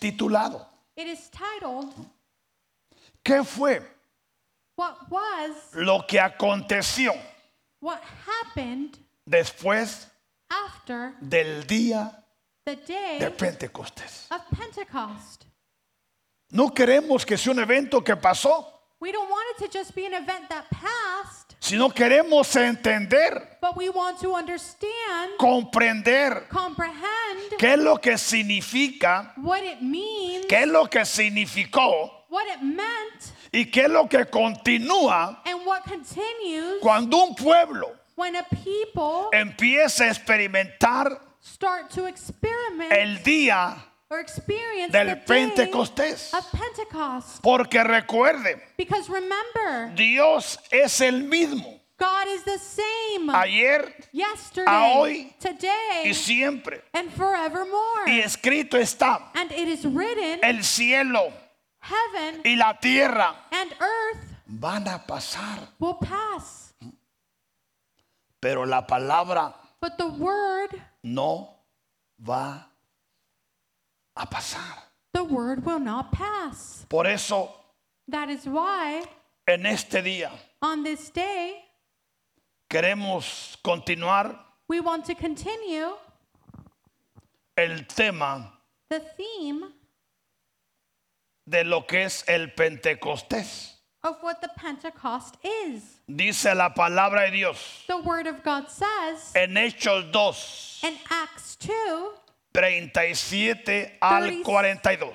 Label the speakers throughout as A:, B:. A: titulado.
B: It is titled
A: ¿Qué fue
B: What Was,
A: lo que aconteció
B: What Happened
A: después
B: After
A: del día
B: the Day
A: de Pentecostés?
B: of Pentecost.
A: No queremos que sea un evento que pasó,
B: We don't want it to just be an event that passed,
A: sino queremos entender,
B: but we want to understand,
A: comprender
B: comprehend
A: qué es lo que significa,
B: what it means,
A: qué es lo que significó
B: what it meant,
A: y qué es lo que continúa
B: and what continues
A: cuando un pueblo
B: when a people
A: empieza a experimentar
B: start to experiment
A: el día
B: or experience the
A: del
B: day
A: Pentecostés.
B: of Pentecost.
A: Porque recuerden,
B: Because remember,
A: Dios es el mismo
B: God is the same
A: ayer
B: yesterday,
A: a hoy, y
B: today,
A: siempre.
B: and forevermore.
A: Y escrito está
B: And it is written,
A: el cielo
B: heaven
A: y la tierra
B: and earth
A: van a pasar,
B: will pass,
A: pero la palabra
B: but the word,
A: no va a pasar.
B: the word will not pass.
A: Por eso,
B: That is why
A: en este día
B: on this day
A: queremos continuar
B: we want to continue
A: el tema
B: the theme
A: de lo que es el Pentecostés.
B: of what the Pentecost is.
A: Dice la palabra de Dios
B: The word of God says
A: en Hechos 2,
B: in Acts 2
A: 37 al 42.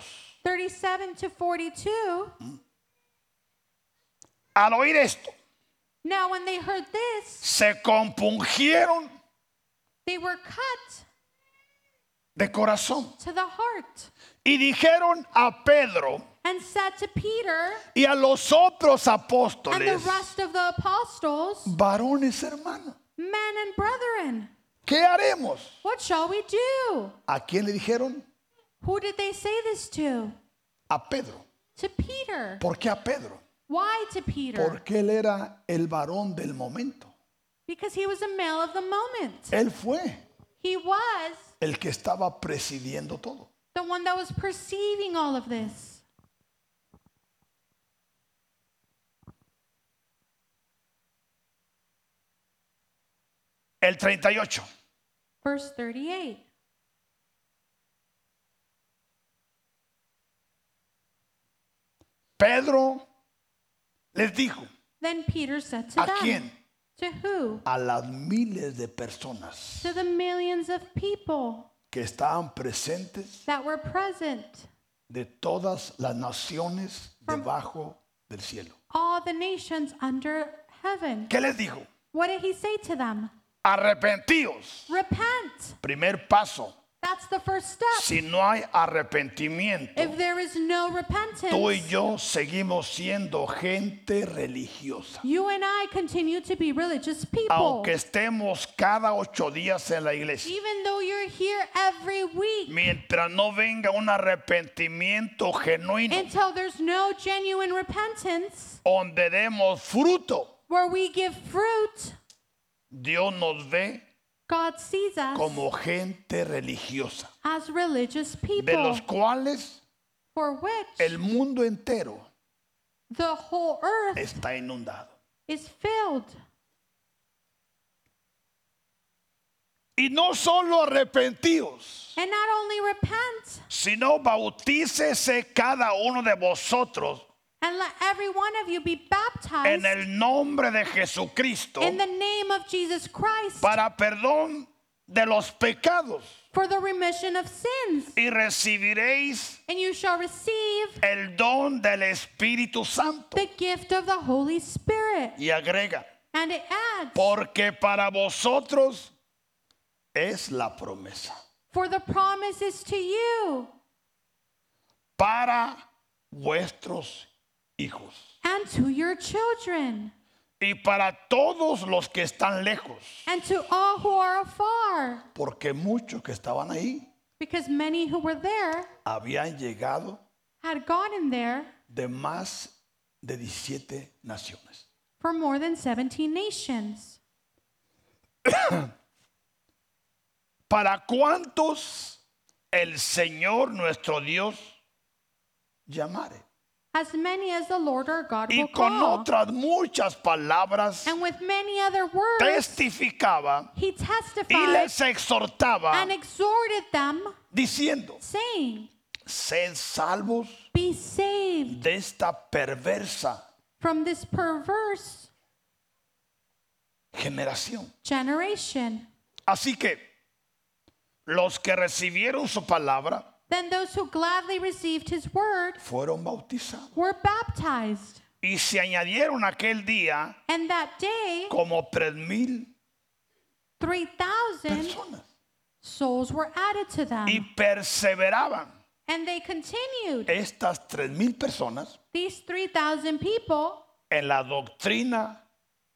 B: 37 to 42.
A: Al oír esto,
B: Now, when they heard this,
A: se compungieron
B: they were cut
A: de corazón
B: to the heart
A: y dijeron a Pedro
B: and said to Peter
A: y a los otros
B: and the
A: apóstoles,
B: rest of the apostles,
A: varones hermanos,
B: Men and brethren,
A: ¿qué haremos?
B: what shall we do?
A: ¿A quién le dijeron?
B: Who did they say this to?
A: A Pedro.
B: To Peter.
A: ¿Por qué a Pedro?
B: Why to Peter?
A: Porque él era el varón del momento.
B: Because he was a male of the moment.
A: Él fue
B: He was
A: el que estaba presidiendo todo.
B: the one that was perceiving all of this.
A: El 38.
B: Verse 38.
A: Pedro les dijo,
B: Then Peter said to
A: ¿a
B: them,
A: quién?
B: To who?
A: A las miles de personas
B: To the millions of people
A: que estaban presentes
B: that were present,
A: de todas las naciones debajo del cielo.
B: all the nations under heaven.
A: ¿Qué les dijo?
B: What did he say to them?
A: Arrepentíos.
B: Repent.
A: Primer paso.
B: That's the first step.
A: Si no hay arrepentimiento,
B: If there is no
A: tú y
B: repentance,
A: yo seguimos siendo gente religiosa.
B: you and I continue to be religious people.
A: Aunque estemos cada ocho días en la iglesia,
B: Even though you're here every week,
A: mientras no venga un arrepentimiento genuino,
B: until there's no genuine repentance
A: donde demos fruto,
B: where we give fruit,
A: Dios nos ve
B: God sees us
A: como gente religiosa,
B: as religious
A: de
B: people
A: los cuales
B: for which
A: el mundo entero
B: the whole earth
A: está inundado.
B: is filled.
A: Y no solo arrepentíos,
B: And not only repent,
A: sino bautícese cada uno de vosotros
B: and let every one of you be baptized
A: en el nombre de Jesucristo
B: in the name of Jesus Christ
A: para perdón de los pecados
B: for the remission of sins,
A: y recibiréis
B: and you shall receive
A: el don del Espíritu Santo.
B: the gift of the Holy Spirit.
A: Y agrega,
B: And it adds,
A: porque para vosotros es la promesa.
B: for the promise is to you
A: Para vuestros hijos
B: and to your children
A: y para todos los que están lejos,
B: and to all who are afar,
A: porque muchos que estaban ahí
B: because many who were there
A: habían llegado
B: had gotten there
A: de más de 17 naciones.
B: for more than 17 nations.
A: ¿Para cuántos el Señor nuestro Dios llamare.
B: as many as the Lord our God will
A: Y con
B: call.
A: otras muchas palabras
B: And with many other words,
A: testificaba
B: he
A: y
B: testified
A: les exhortaba
B: and exhorted them,
A: diciendo,
B: saying,
A: sed salvos
B: Be saved
A: de esta perversa
B: from this perverse
A: generación.
B: generation.
A: Así que los que recibieron su palabra
B: Then those who gladly received his word
A: fueron bautizados
B: were baptized,
A: y se añadieron aquel día
B: and that day
A: como tres mil
B: 3,000
A: personas
B: souls were added to them.
A: y perseveraban.
B: And they continued,
A: Estas tres mil personas
B: these 3,000 people,
A: en la doctrina,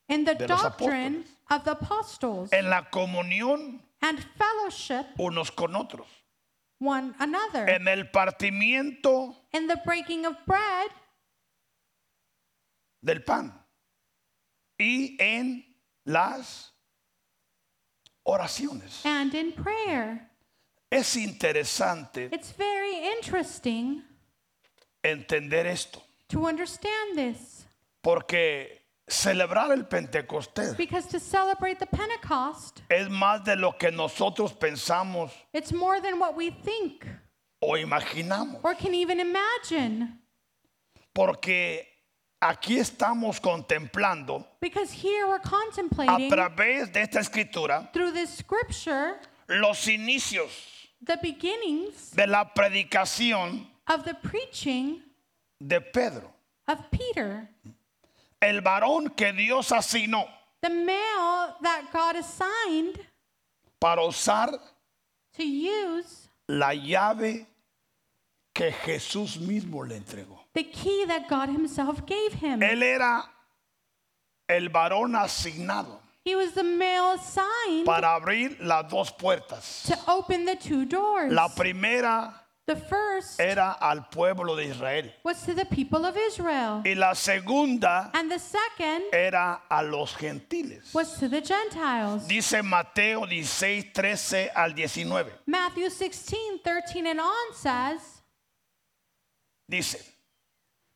B: in the
A: De los
B: doctrine of the apostles
A: en la comunión
B: and fellowship
A: unos con otros,
B: one another,
A: en el partimiento
B: in the breaking of bread
A: del pan y en las oraciones.
B: and in prayer.
A: Es interesante
B: It's very interesting
A: entender esto,
B: to understand this
A: porque celebrar el Pentecostés
B: because to celebrate the Pentecost,
A: es más de lo que nosotros pensamos
B: it's more than what we think
A: o imaginamos,
B: or can even imagine.
A: porque aquí estamos contemplando
B: Because here we're
A: a
B: contemplating
A: través de esta escritura
B: through this scripture
A: los inicios
B: the beginnings
A: de la predicación
B: of the preaching
A: de Pedro,
B: of Peter,
A: el varón que Dios asignó
B: the male that God assigned
A: para usar
B: to use
A: la llave que Jesús mismo le entregó.
B: the key that God Himself gave him.
A: Él era el varón asignado
B: He was the male assigned
A: para abrir las dos puertas.
B: to open the two doors.
A: La primera
B: The first
A: era al pueblo de Israel
B: was to the people of Israel,
A: y la segunda
B: and the second
A: era a los gentiles.
B: was to the Gentiles.
A: Dice Mateo 16, 13 al 19.
B: Matthew 16, 13 and on says,
A: Dice,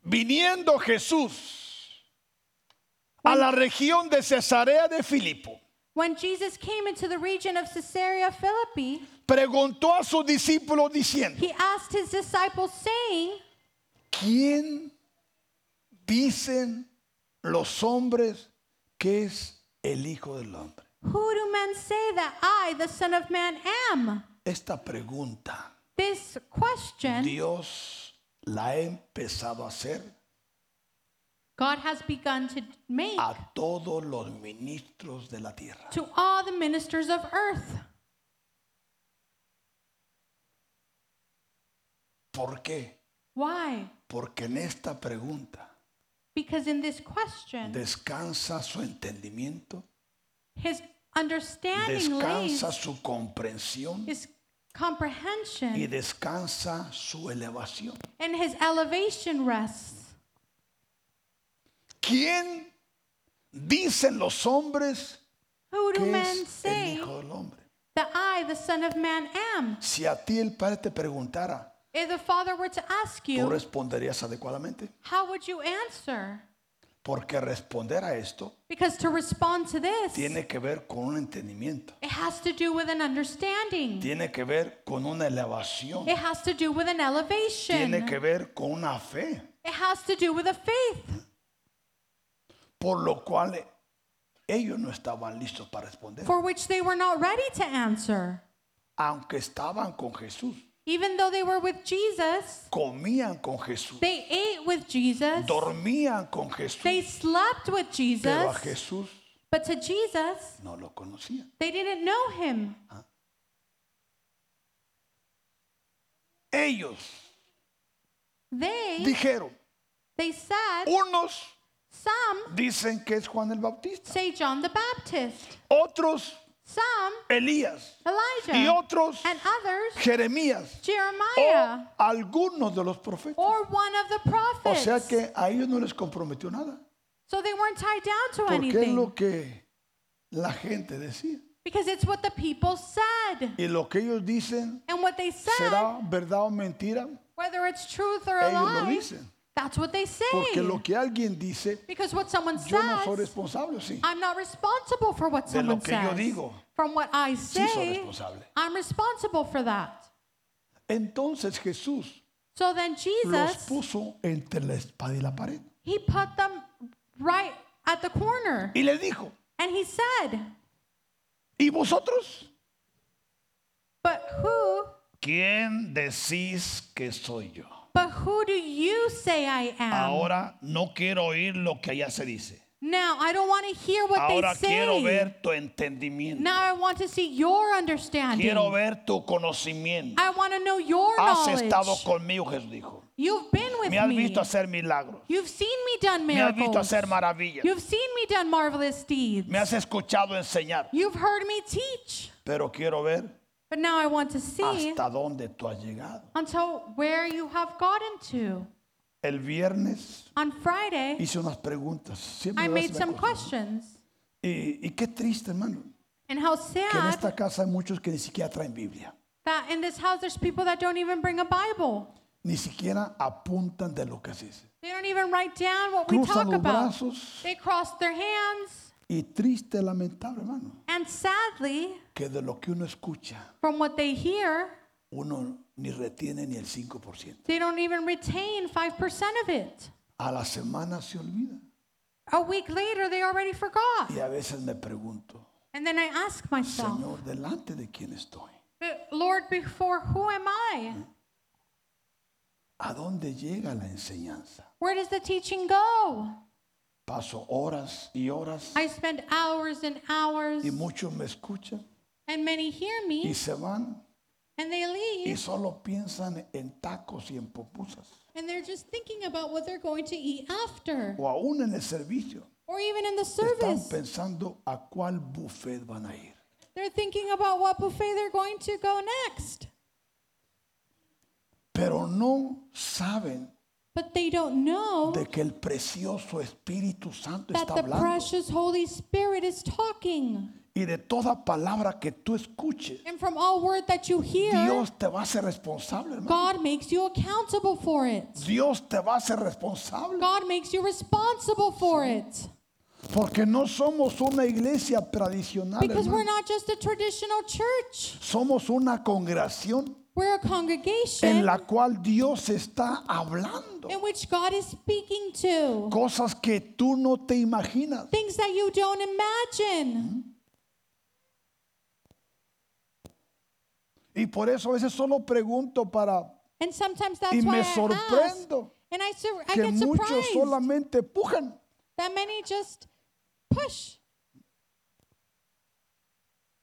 A: viniendo Jesús a la región de Cesarea de Filipo,
B: When Jesus came into the region of Caesarea Philippi,
A: preguntó a sus discípulos diciendo,
B: he asked his disciples, saying,
A: ¿Quién dicen los hombres que es el Hijo del Hombre?
B: Who do men say that I, the Son of Man, am?
A: Esta pregunta
B: This question
A: Dios la ha empezado a hacer
B: God has begun to make
A: a todos los ministros de la tierra.
B: to all the ministers of earth.
A: ¿Por qué?
B: Why?
A: Porque en esta pregunta
B: Because in this question,
A: descansa su entendimiento,
B: his understanding lays
A: descansa su comprensión
B: his
A: y
B: comprehension
A: descansa su elevación.
B: and his elevation rests.
A: ¿Quién dicen los hombres
B: Who do
A: ¿Qué
B: men
A: es el
B: say
A: Hijo del Hombre?
B: that I, the Son of Man, am?
A: Si a ti el Padre te preguntara,
B: If the Father were to ask
A: ¿tú
B: you,
A: responderías adecuadamente?
B: how would you answer?
A: Porque responder a esto
B: Because to respond to this,
A: tiene que ver con un entendimiento,
B: It has to do with an understanding.
A: tiene que ver con una elevación,
B: It has to do with an elevation.
A: tiene que ver con una fe,
B: It has to do with a faith.
A: por lo cual ellos no estaban listos para responder,
B: For which they were not ready to answer.
A: aunque estaban con Jesús,
B: Even though they were with Jesus,
A: comían con Jesús,
B: they ate with Jesus,
A: dormían con Jesús,
B: they slept with
A: pero a
B: Jesus,
A: Jesús
B: but to Jesus,
A: no lo conocían.
B: they didn't know him.
A: Ellos
B: They,
A: dijeron,
B: they said,
A: unos
B: some
A: dicen que es Juan el Bautista,
B: say John the Baptist,
A: otros
B: some
A: Elías y
B: Elijah,
A: otros
B: and others
A: Jeremías
B: Jeremiah,
A: o algunos de los profetas.
B: or one of the
A: Oh. O sea
B: prophets.
A: que a ellos no les comprometió nada,
B: So they weren't tied down to
A: porque es
B: anything
A: lo que la gente decía.
B: because it's what the people said.
A: Y lo que ellos dicen
B: And what they said,
A: será verdad o mentira,
B: Whether it's truth or a
A: Ellos lo
B: lie,
A: dicen.
B: that's what they
A: Porque
B: say.
A: lo que alguien dice,
B: Because what someone
A: yo no soy
B: says,
A: responsable, sí.
B: I'm not responsible for what
A: De lo
B: someone
A: que yo
B: says.
A: digo,
B: From what I
A: sí soy
B: say,
A: responsable.
B: I'm responsible for that.
A: Entonces Jesús
B: So then
A: los
B: Jesus,
A: puso entre la espada y la pared.
B: he put them right at the corner.
A: Y les dijo,
B: And he said,
A: ¿y vosotros?
B: But who,
A: ¿Quién decís que soy yo?
B: but who do you say I am?
A: Ahora no quiero oír lo que allá se dice.
B: Now, I don't want to hear what they
A: Ahora quiero
B: say.
A: ver tu entendimiento.
B: Now, I want to see your understanding.
A: Quiero ver tu conocimiento.
B: I want to know your
A: Has estado
B: Ah, knowledge.
A: conmigo, Jesús dijo.
B: You've been with
A: Me has
B: me.
A: visto hacer milagros.
B: You've seen me done
A: Me has
B: miracles.
A: visto hacer maravillas.
B: You've seen me done marvelous deeds.
A: Me has escuchado enseñar.
B: You've heard me teach.
A: Pero quiero ver
B: But now I want to see
A: hasta dónde tú has llegado.
B: until where you have gotten to.
A: El viernes
B: On Friday,
A: hice unas preguntas. Siempre
B: I
A: me
B: made
A: hacen
B: some
A: cosas.
B: questions.
A: Y, y qué triste, hermano.
B: And how
A: Que en
B: sad
A: esta casa hay muchos que ni siquiera traen Biblia.
B: that in this house there's people that don't even bring a Bible.
A: Ni siquiera apuntan de lo que se dice.
B: They don't even write down what we
A: Cruzan
B: talk
A: los
B: about.
A: brazos.
B: They cross their hands.
A: Y triste, lamentable, hermano.
B: And sadly,
A: Que de lo que uno escucha,
B: from what they hear,
A: uno ni retiene ni el 5%.
B: they don't even retain 5% of it.
A: A la semana se olvida.
B: A week later, they already forgot.
A: Y a veces me pregunto,
B: And then I ask myself,
A: Señor, ¿delante de quién estoy?
B: "But Lord, before who am I?
A: ¿A dónde llega la enseñanza?
B: Where does the teaching go?
A: Paso horas y horas
B: I spend hours and hours,
A: y muchos me escuchan
B: and many hear
A: y
B: me,
A: se van
B: and they
A: y
B: leave,
A: solo piensan en tacos y en pupusas
B: and they're just thinking about what they're going to eat after,
A: o aún en el servicio.
B: or even in the
A: Están
B: service.
A: pensando a cuál buffet van a ir.
B: They're thinking about what buffet they're going to go next.
A: Pero no saben
B: But they don't know
A: de que el precioso Espíritu Santo
B: that
A: está
B: the
A: hablando.
B: precious Holy Spirit is talking.
A: Y de toda palabra que tú escuches,
B: And from all word that you hear,
A: Dios te va a hacer responsable, hermano.
B: God makes you accountable for it.
A: Dios te va a hacer responsable.
B: God makes you responsible for it.
A: Porque no somos una iglesia tradicional,
B: Because we're
A: hermano.
B: not just a traditional church,
A: somos una congregación
B: we're a
A: en
B: congregation
A: la cual Dios está hablando.
B: in which God is speaking to
A: Cosas que tú no te imaginas.
B: things that you don't imagine.
A: Y por eso a veces solo pregunto para
B: And sometimes
A: Y
B: that's
A: me
B: why I ask.
A: sorprendo
B: And I, sur- I
A: que
B: get
A: muchos
B: surprised
A: solamente pujan.
B: that many just push.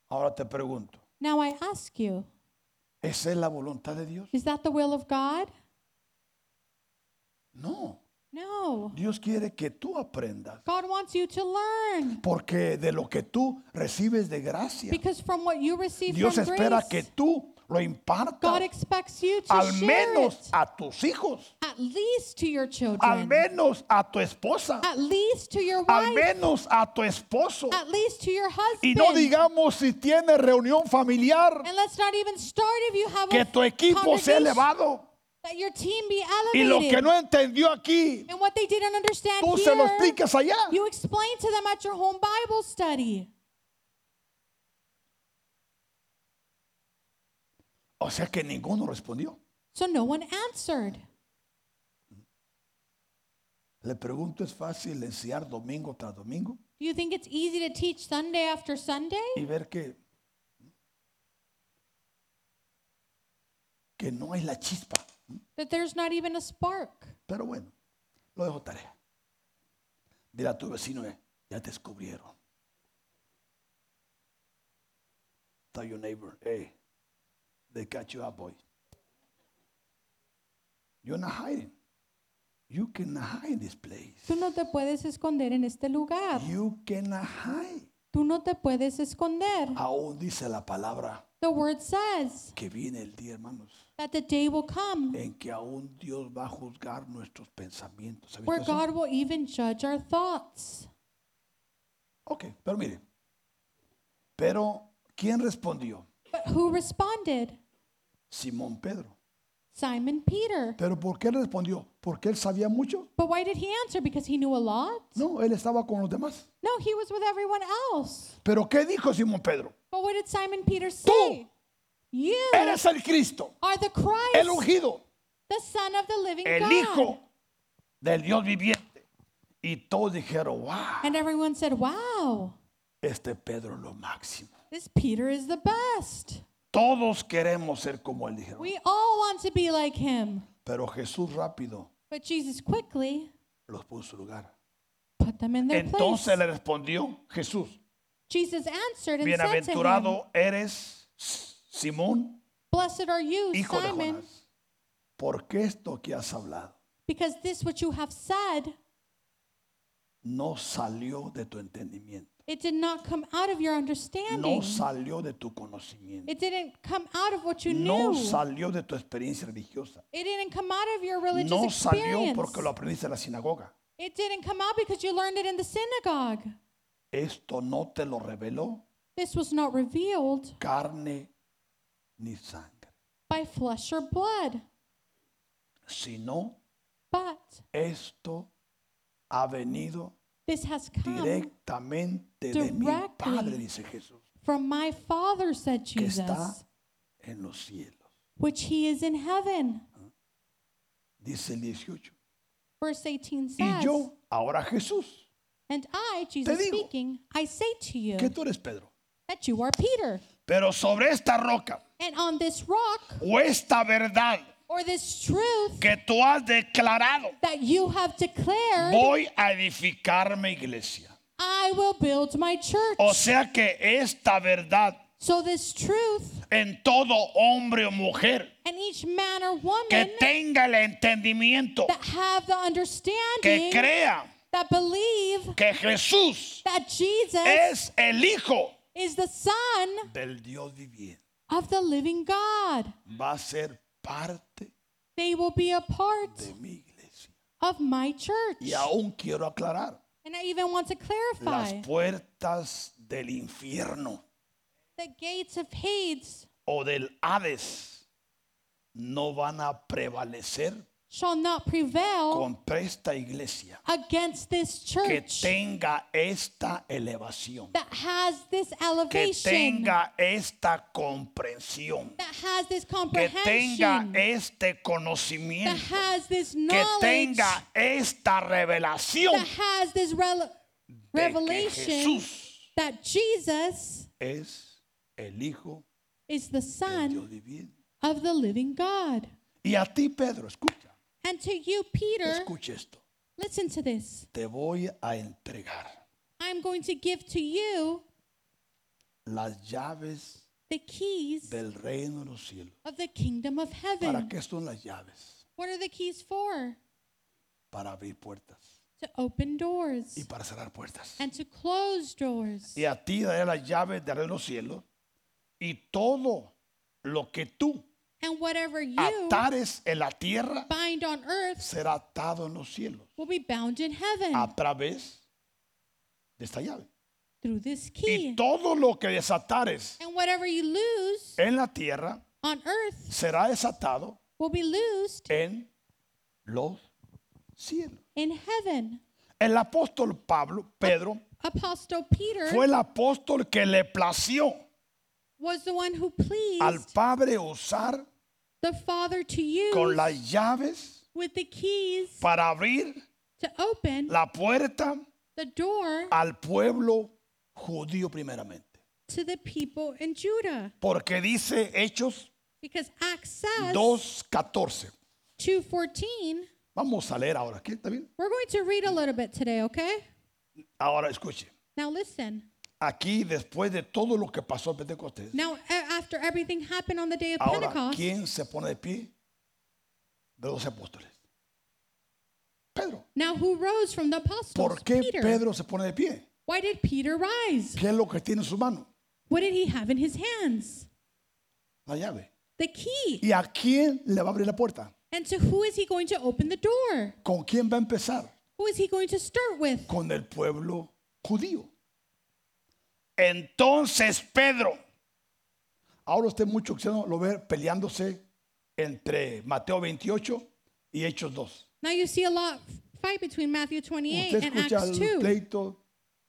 A: Ahora te pregunto,
B: Now I ask you,
A: ¿esa es la voluntad de Dios?
B: is that the will of God?
A: No.
B: No.
A: Dios quiere que tú aprendas.
B: God wants you to learn
A: Porque de lo que tú recibes de gracia,
B: because from what you receive
A: Dios
B: from
A: espera
B: grace,
A: que tú lo
B: God
A: impartas
B: expects you to
A: al
B: share
A: menos
B: it
A: a tus hijos,
B: at least to your
A: al
B: children,
A: menos a tu esposa,
B: at least to your
A: al
B: wife,
A: menos a tu esposo.
B: at least to your
A: Y
B: husband.
A: no digamos si tiene reunión familiar,
B: and let's not even start if you have
A: que
B: a
A: tu equipo sea
B: congregation,
A: elevado.
B: that your team be
A: Y lo
B: elevated.
A: que no entendió aquí,
B: and what they didn't understand
A: tú
B: here,
A: se lo explicas allá.
B: you explain to them at your home Bible study.
A: O sea que ninguno respondió.
B: So no one answered.
A: Le pregunto, ¿es fácil enseñar domingo tras domingo
B: Do you think it's easy to teach Sunday after Sunday?
A: y ver que que no hay la chispa?
B: That there's not even a spark.
A: Pero bueno, lo dejo tarea. Dile a tu vecino, eh, ya te descubrieron. Tell your neighbor, hey, they catch you up, boy. You're not hiding. You cannot hide this place.
B: Tú no te puedes esconder en este lugar.
A: You cannot hide.
B: Tú no te puedes esconder.
A: Aún dice la palabra
B: The word says
A: que viene el día, hermanos,
B: that the day will come
A: en que aún Dios va a juzgar nuestros pensamientos. ¿Sabes
B: where
A: eso?
B: God will even judge our thoughts.
A: Ok, pero mire. Pero, ¿quién respondió?
B: But who responded?
A: Simón Pedro.
B: Simon Peter.
A: Pero ¿por qué respondió? ¿Porque él sabía mucho?
B: But why did he answer? Because he knew a lot?
A: No, él estaba con los demás.
B: No, he was with everyone else.
A: Pero ¿qué dijo Simón Pedro?
B: But what did Simon Peter say? You
A: Eres el Cristo,
B: are the
A: el
B: Christ,
A: ungido,
B: the Son of the living
A: el
B: God.
A: Hijo del Dios viviente. Y todos dijeron, wow,
B: And everyone said, Wow,
A: este Pedro es lo máximo.
B: this Peter is the best.
A: Todos queremos ser como él, dijeron.
B: We all want to be like him.
A: Pero Jesús rápido
B: But Jesus quickly
A: los puso en su lugar.
B: put them in their
A: Entonces
B: place.
A: le respondió Jesús,
B: Jesus answered and said to him,
A: bienaventurado eres Simón,
B: Blessed are you,
A: hijo de
B: Simon,
A: Jonás, porque esto que has hablado
B: because this which you have said,
A: no salió de tu entendimiento,
B: it did not come out of your
A: no
B: understanding.
A: salió de tu conocimiento,
B: It didn't come out of what you
A: no
B: knew.
A: salió de tu experiencia religiosa,
B: It didn't come out of your religious
A: no salió
B: experience.
A: porque lo aprendiste en la sinagoga.
B: It didn't come out because you learned it in the synagogue.
A: Esto no te lo reveló
B: This was not revealed
A: carne ni sangre,
B: by flesh or blood,
A: sino
B: but
A: esto ha venido
B: this has come
A: directamente de mi
B: Directly.
A: Padre, dice Jesús,
B: from my Father, said
A: que está
B: Jesus,
A: en los cielos.
B: which he is in heaven.
A: Dice el 18.
B: Verse 18
A: Y
B: says,
A: yo, ahora Jesús,
B: And I, Jesus
A: digo
B: speaking, I say to you
A: que tú eres Pedro.
B: that you are Peter,
A: Pero sobre esta roca
B: and on this rock
A: o esta verdad
B: or this truth
A: que tú has declarado,
B: that you have declared,
A: voy a edificar mi iglesia.
B: I will build my church.
A: O sea que esta verdad
B: So this truth
A: en todo hombre o mujer
B: and each man or
A: que
B: woman
A: tenga el entendimiento,
B: that have the
A: que
B: understanding
A: crea
B: that believe
A: que Jesús
B: that Jesus
A: es el Hijo
B: is the Son
A: del Dios viviente,
B: of the living God.
A: va a ser parte
B: They will be a part
A: de mi iglesia.
B: of my church.
A: Y aún quiero aclarar,
B: And I even want to
A: las
B: clarify
A: puertas del infierno
B: the gates of Hades
A: o del Hades no van a prevalecer
B: shall not prevail
A: contra esta iglesia
B: against this
A: que
B: church
A: tenga esta elevación,
B: that has this
A: que
B: elevation, that
A: tenga esta comprensión,
B: has this
A: que tenga
B: comprehension,
A: este
B: that
A: conocimiento,
B: has this
A: que
B: knowledge,
A: tenga esta
B: that
A: revelación
B: has this rel-
A: de que
B: revelation
A: Jesús
B: that Jesus
A: es el Hijo
B: is the
A: de Dios
B: Son
A: viviente.
B: of the living God.
A: Y a ti, Pedro, escucha,
B: And to you, Peter,
A: escucha esto.
B: listen to this.
A: te voy a entregar
B: I'm going to give to you
A: las llaves
B: the keys
A: del reino de los cielos.
B: of the kingdom of
A: ¿Para
B: heaven.
A: qué son las llaves?
B: What are the keys for?
A: Para abrir puertas
B: To open
A: y
B: doors
A: para cerrar puertas.
B: and to close doors.
A: Y a ti daré las llaves del reino de los cielos y todo lo que tú
B: And whatever you
A: atares en la tierra
B: bind on earth
A: será atado en los cielos
B: will be bound in heaven
A: a través de esta llave.
B: through this
A: Y
B: key.
A: todo lo que desatares
B: And whatever you lose
A: en la tierra
B: on earth
A: será desatado
B: will be loosed
A: en los cielos.
B: in heaven.
A: El apóstol Pablo, Pedro,
B: Apostle Peter
A: fue el apóstol que le plació
B: was the one who
A: al
B: pleased
A: Padre usar
B: the Father to
A: con
B: use
A: las llaves
B: with the keys
A: para abrir
B: to open
A: la Ah. puerta
B: the door
A: al pueblo judío primeramente.
B: to the people in Judah.
A: Porque dice Hechos
B: Because Acts says
A: 2.14.
B: 2:14,
A: Vamos a leer ahora, ¿qué? ¿Está bien?
B: we're going to read a little bit today, okay?
A: Ahora escuche.
B: Now listen.
A: Aquí, después de todo lo que pasó en Pentecostés,
B: Now a- after everything happened on the day of
A: ahora,
B: Pentecost,
A: ¿quién se pone de pie de los apóstoles? Pedro.
B: now who rose from the apostles?
A: ¿Por qué
B: Peter.
A: Pedro se pone de pie?
B: Why did Peter rise?
A: ¿Qué es lo que tiene en su mano?
B: What did he have in his hands?
A: La llave.
B: The key.
A: ¿Y a quién le va a abrir la puerta?
B: And to who is he going to open the door?
A: ¿Con quién va a empezar?
B: Who is he going to start with?
A: Con el pueblo judío. Entonces Pedro, ahora usted mucho cristiano lo ve peleándose entre Mateo 28 y Hechos 2.
B: Now you see a lot fight between Matthew 28
A: Usted
B: and
A: escucha
B: Acts
A: el
B: 2.
A: pleito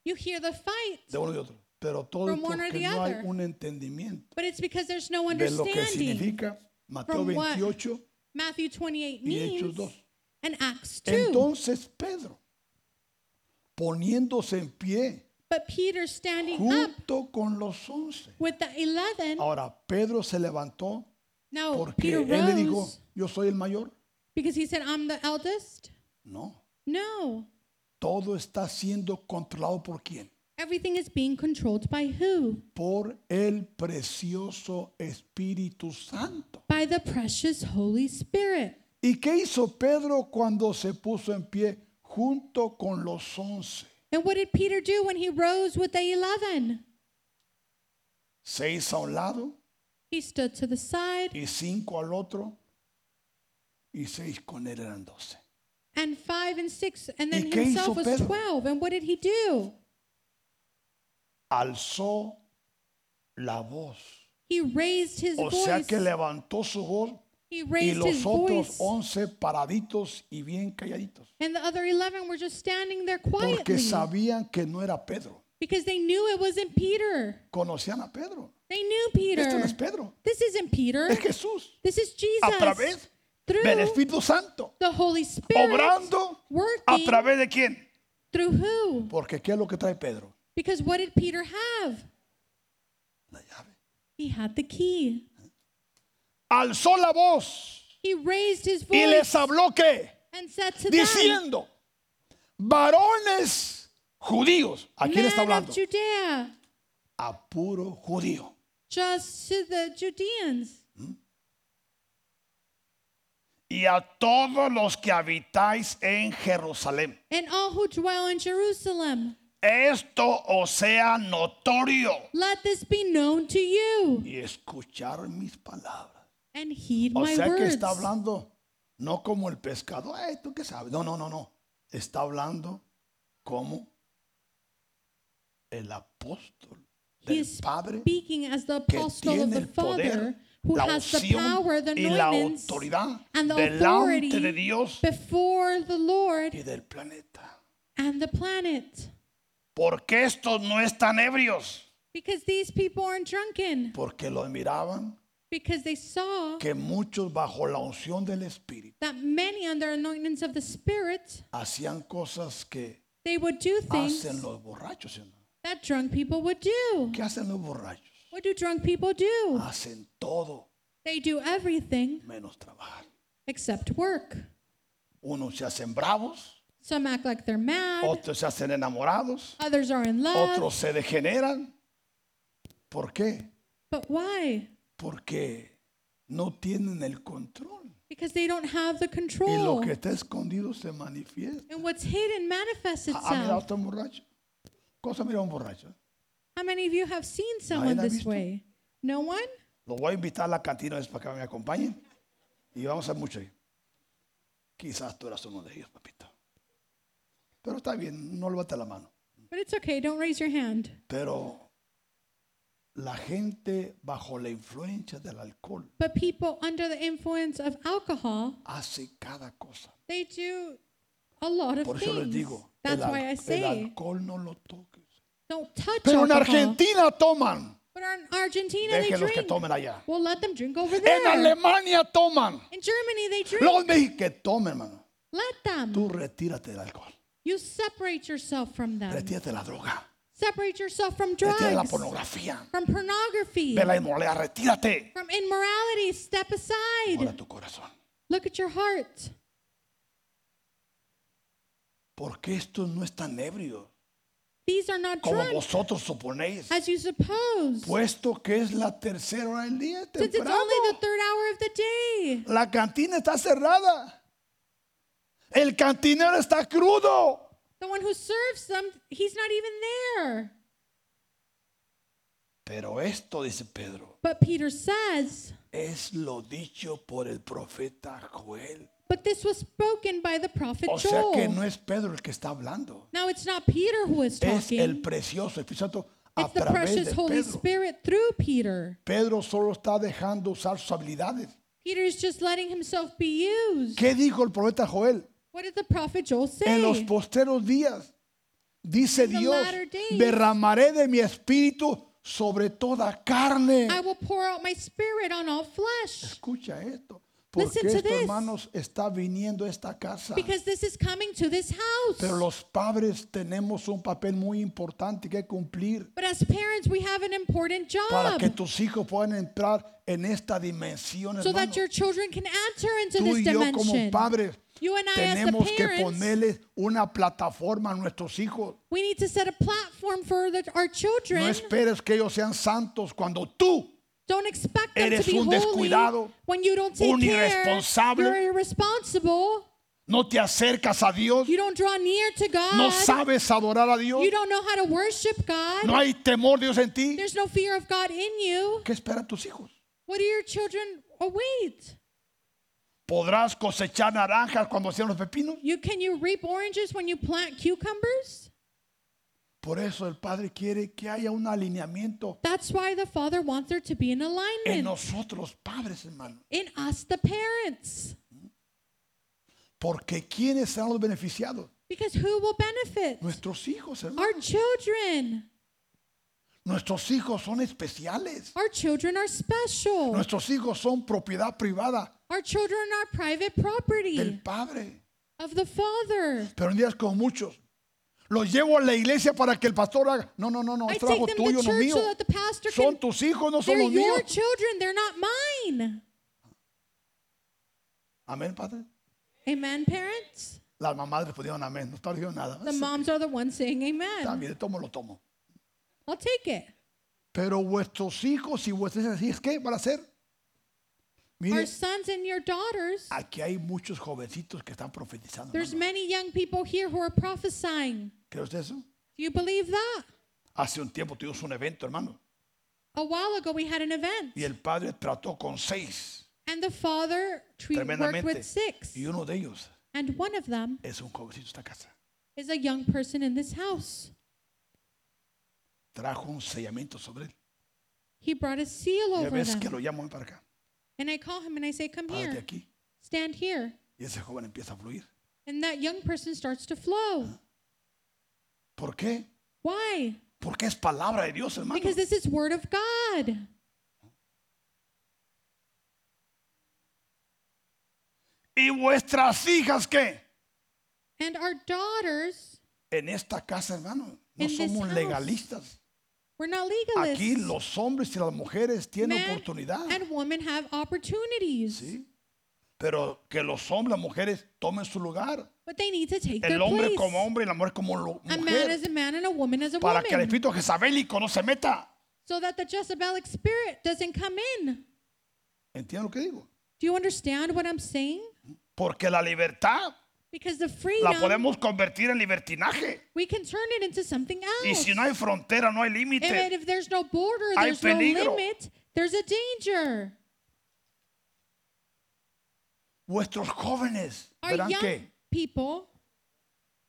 B: You hear the fight,
A: de uno y otro, pero todo
B: From one or
A: porque
B: the
A: no hay
B: other.
A: un entendimiento
B: but it's because there's no
A: de lo que
B: understanding.
A: significa Mateo
B: From what?
A: 28
B: Matthew 28
A: y Hechos
B: means
A: 2.
B: and Acts 2.
A: Entonces Pedro, poniéndose en pie
B: But Peter standing up
A: junto con los once.
B: with the 11.
A: Ahora Pedro se levantó
B: Now
A: Ah, porque
B: Peter
A: él le dijo,
B: rose
A: yo soy el mayor.
B: because he said, I'm the eldest.
A: No,
B: No.
A: todo está siendo controlado por quién?
B: Everything is being controlled by who?
A: Por el precioso Espíritu Santo.
B: By the precious Holy Spirit.
A: ¿Y qué hizo Pedro cuando se puso en pie junto con los once?
B: And what did Peter do when he rose with the 11?
A: Se hizo a un lado
B: He stood to the side,
A: y cinco al otro y seis con él eran doce.
B: and five and six, and
A: ¿Y
B: then
A: qué hizo
B: himself was
A: Pedro?
B: 12. And what did he do?
A: Alzó la voz.
B: He raised his
A: O sea
B: voice.
A: que levantó su voz
B: he
A: y
B: raised his
A: los otros
B: voice.
A: once paraditos y bien calladitos.
B: And the other 11 were just standing there quietly
A: Porque sabían que no era Pedro.
B: because they knew it wasn't Peter.
A: Conocían a Pedro.
B: They knew Peter.
A: Este no es Pedro.
B: This isn't Peter.
A: Es Jesús.
B: This is
A: A
B: Jesus.
A: través
B: through
A: del Espíritu Santo.
B: the Holy Spirit.
A: Obrando a
B: working
A: través de quién.
B: through who?
A: Porque ¿qué es lo que trae Pedro?
B: Because what did Peter have?
A: La llave.
B: He had the key.
A: Alzó la voz
B: He raised his
A: y
B: voice
A: les habló que
B: and said to them,
A: diciendo, varones judíos, ¿a quién está
B: Men
A: hablando?
B: of Judea,
A: A puro judío.
B: just to the Judeans
A: Y a todos los que habitáis en Jerusalén.
B: and all who dwell in Jerusalem.
A: Esto os sea notorio.
B: Let this be known to you
A: Y escuchar mis palabras.
B: and heed
A: O
B: my
A: sea que
B: words.
A: está hablando no como el pescador. "Ay, ¿Tú qué sabes? No, no, no, no. Está hablando como el apóstol
B: He
A: del
B: is
A: Padre
B: speaking as the
A: que
B: apostle of
A: tiene
B: the
A: el poder,
B: Father who
A: la
B: has the power,
A: unción
B: the
A: y la
B: anointings,
A: autoridad
B: and the
A: delante de
B: authority
A: Dios
B: before the Lord
A: y del planeta.
B: and the planet.
A: Porque estos no están ebrios.
B: Because these people aren't drunken.
A: Porque los miraban
B: Because they saw
A: que muchos bajo la unción del Espíritu
B: that many under anointings of the Spirit,
A: hacían cosas que
B: they would do things
A: hacen los borrachos. ¿sí o no?
B: that drunk people would do.
A: ¿Qué hacen los borrachos?
B: What do drunk people do?
A: Hacen todo
B: They do everything
A: menos trabajar.
B: except work.
A: Unos se hacen bravos,
B: Some act like they're mad.
A: otros se hacen enamorados,
B: Others are in love.
A: otros se degeneran. ¿Por qué?
B: But why?
A: Porque no tienen el control.
B: Because they don't have the
A: Y lo
B: control.
A: que está escondido se manifiesta.
B: And what's hidden manifests
A: Ah, mira,
B: itself.
A: está un borracho. Cosa mira un borracho.
B: How many of you have seen someone
A: ha
B: this
A: visto?
B: way? No one?
A: Los voy a invitar a la cantina es para que me acompañen. Y vamos a hacer mucho ahí. Quizás tú eras uno de ellos, papito. Pero está bien, no levanta la mano.
B: But it's okay. Don't raise your hand.
A: Pero la gente bajo la influencia del alcohol
B: But people under the influence of alcohol,
A: hace cada cosa.
B: they do a lot of
A: Por eso les
B: things.
A: digo, el,
B: That's why I
A: al- el
B: say,
A: alcohol no lo toques.
B: don't touch
A: Pero en
B: alcohol.
A: Argentina toman.
B: But in Argentina, they
A: Déjenlos que
B: drink.
A: tomen allá.
B: Well, let them drink over
A: En
B: there.
A: Alemania toman.
B: In Germany, they drink.
A: Los mexicanos que tomen, hermano.
B: Let them.
A: Tú retírate del alcohol.
B: You separate yourself from them.
A: Retírate de la droga.
B: Separate yourself from
A: Retírate de la
B: drugs,
A: pornografía.
B: from pornography,
A: de la inmoralidad, retírate.
B: from immorality. Step
A: Ahora
B: aside.
A: tu corazón.
B: Look at your heart.
A: Porque estos no están ebrios,
B: These are not
A: como
B: drunk,
A: vosotros suponéis.
B: as you suppose,
A: Puesto que es la tercera hora del día,
B: since it's
A: temprano.
B: only the third hour of the day.
A: La cantina está cerrada. El cantinero está crudo.
B: The one who serves them, he's not even there.
A: Pero esto, dice Pedro,
B: But Peter says,
A: es lo dicho por el profeta Joel.
B: But this was spoken by the prophet
A: O sea que
B: Joel.
A: no es Pedro el que está hablando.
B: now it's not Peter who is
A: Es
B: talking,
A: el precioso Espíritu Santo a
B: it's the
A: través
B: precious
A: de
B: Holy
A: Pedro.
B: Spirit through Peter.
A: Pedro solo está dejando usar sus habilidades.
B: Peter is just letting himself be used.
A: ¿Qué dijo el profeta Joel?
B: What did the prophet Joel
A: En los
B: say?
A: posteros días, dice
B: In the
A: Dios,
B: latter days.
A: derramaré de mi espíritu sobre toda carne.
B: I will pour out my spirit on all flesh.
A: Escucha esto. Porque
B: Listen to
A: esto,
B: this.
A: hermanos, está viniendo a esta casa.
B: Because this is coming to this
A: Pero
B: house.
A: los padres tenemos un papel muy importante que cumplir
B: But as parents, we have an important
A: para
B: job
A: que tus hijos puedan entrar en esta dimensión.
B: so
A: hermano.
B: that your children can enter into
A: Tú
B: this
A: y yo como
B: dimension.
A: padres
B: You and I, as the
A: tenemos que
B: parents,
A: ponerles una plataforma a nuestros hijos.
B: we need to set a platform for the, our
A: No
B: children.
A: esperes que ellos sean santos cuando tú
B: Don't expect them to
A: Eres
B: be
A: un descuidado,
B: holy when you don't take
A: un
B: care.
A: irresponsable.
B: You're irresponsible.
A: no te acercas a Dios,
B: You don't draw near to God.
A: no sabes adorar a Dios,
B: You don't know how to worship God.
A: no hay temor de Dios en ti.
B: There's no fear of God in you.
A: ¿Qué esperan tus hijos?
B: What do your children await?
A: ¿Podrás cosechar naranjas cuando sean los pepinos?
B: You can you reap oranges when you plant cucumbers?
A: Por eso el Padre quiere que haya un alineamiento
B: That's why the Father wants there to be an
A: en
B: alignment
A: nosotros los padres, hermano.
B: in us, the parents.
A: Porque ¿quiénes serán los beneficiados?
B: Because who will benefit?
A: Nuestros hijos, hermano.
B: Our children.
A: Nuestros hijos son especiales.
B: Our children are special.
A: Nuestros hijos son propiedad privada
B: Our children are private
A: del
B: property
A: Padre.
B: of the Father.
A: Pero en días como muchos, los llevo a la iglesia para que el pastor haga. No, no, no, no,
B: I
A: es
B: take
A: trabajo
B: them to
A: tuyo, no
B: church
A: mío.
B: so that the pastor
A: Son
B: can.
A: tus hijos, no son
B: They're
A: los
B: your
A: míos.
B: children, they're not mine.
A: Amén, Padre.
B: Amen, parents?
A: Las mamás respondieron amén. No estaban diciendo nada.
B: The moms are the ones saying
A: Está
B: amen.
A: bien, tomo, lo tomo.
B: I'll take it.
A: Pero vuestros hijos y vuestras hijas, ¿qué van a hacer? Mire,
B: Our sons and your daughters.
A: aquí hay muchos jovencitos que están profetizando.
B: There's
A: hermano.
B: many young people here who are prophesying.
A: ¿Cree usted eso?
B: Do you believe that?
A: Hace un tiempo tuvimos un evento, hermano.
B: A while ago, we had an event,
A: Y el padre trató con seis,
B: and the father tre- worked
A: tremendamente.
B: with six,
A: Y uno de ellos
B: and one of them
A: es un jovencito de esta casa.
B: is a young person in this house.
A: Trajo un sellamiento sobre él.
B: He brought a seal
A: Y a
B: over
A: veces que
B: them,
A: lo llamo ven para acá.
B: and I call him and I say, "Come
A: Párate
B: here,
A: aquí.
B: stand here,"
A: Y ese joven empieza a fluir.
B: and that young person starts to flow.
A: ¿Por qué?
B: Why?
A: Porque es palabra de Dios, hermano.
B: Because this is word of God.
A: ¿Y vuestras hijas qué?
B: And our daughters,
A: En esta casa, hermano, no
B: In this
A: somos
B: house.
A: legalistas.
B: we're not
A: Aquí
B: legalists.
A: los hombres y las mujeres tienen
B: Men
A: oportunidad.
B: and women have opportunities,
A: ¿sí? Pero que los hombres y las mujeres tomen su lugar.
B: but they need to take their
A: El hombre
B: place.
A: como hombre y la mujer como lo-
B: pues. A man is
A: mujer.
B: a man and a woman is a
A: Para que el
B: woman.
A: espíritu jezabélico no se meta.
B: So that the Jezebelic spirit doesn't come in.
A: ¿Entienden lo que digo?
B: Do you understand what I'm saying?
A: Porque la libertad
B: Because the
A: la
B: freedom,
A: podemos convertir en libertinaje.
B: we can turn it into something
A: Y
B: else.
A: si no hay frontera, no hay
B: And
A: límite.
B: if there's no border,
A: Hay
B: there's no
A: peligro.
B: limit, there's a danger.
A: Vuestros jóvenes
B: Our
A: verán
B: young
A: qué?
B: people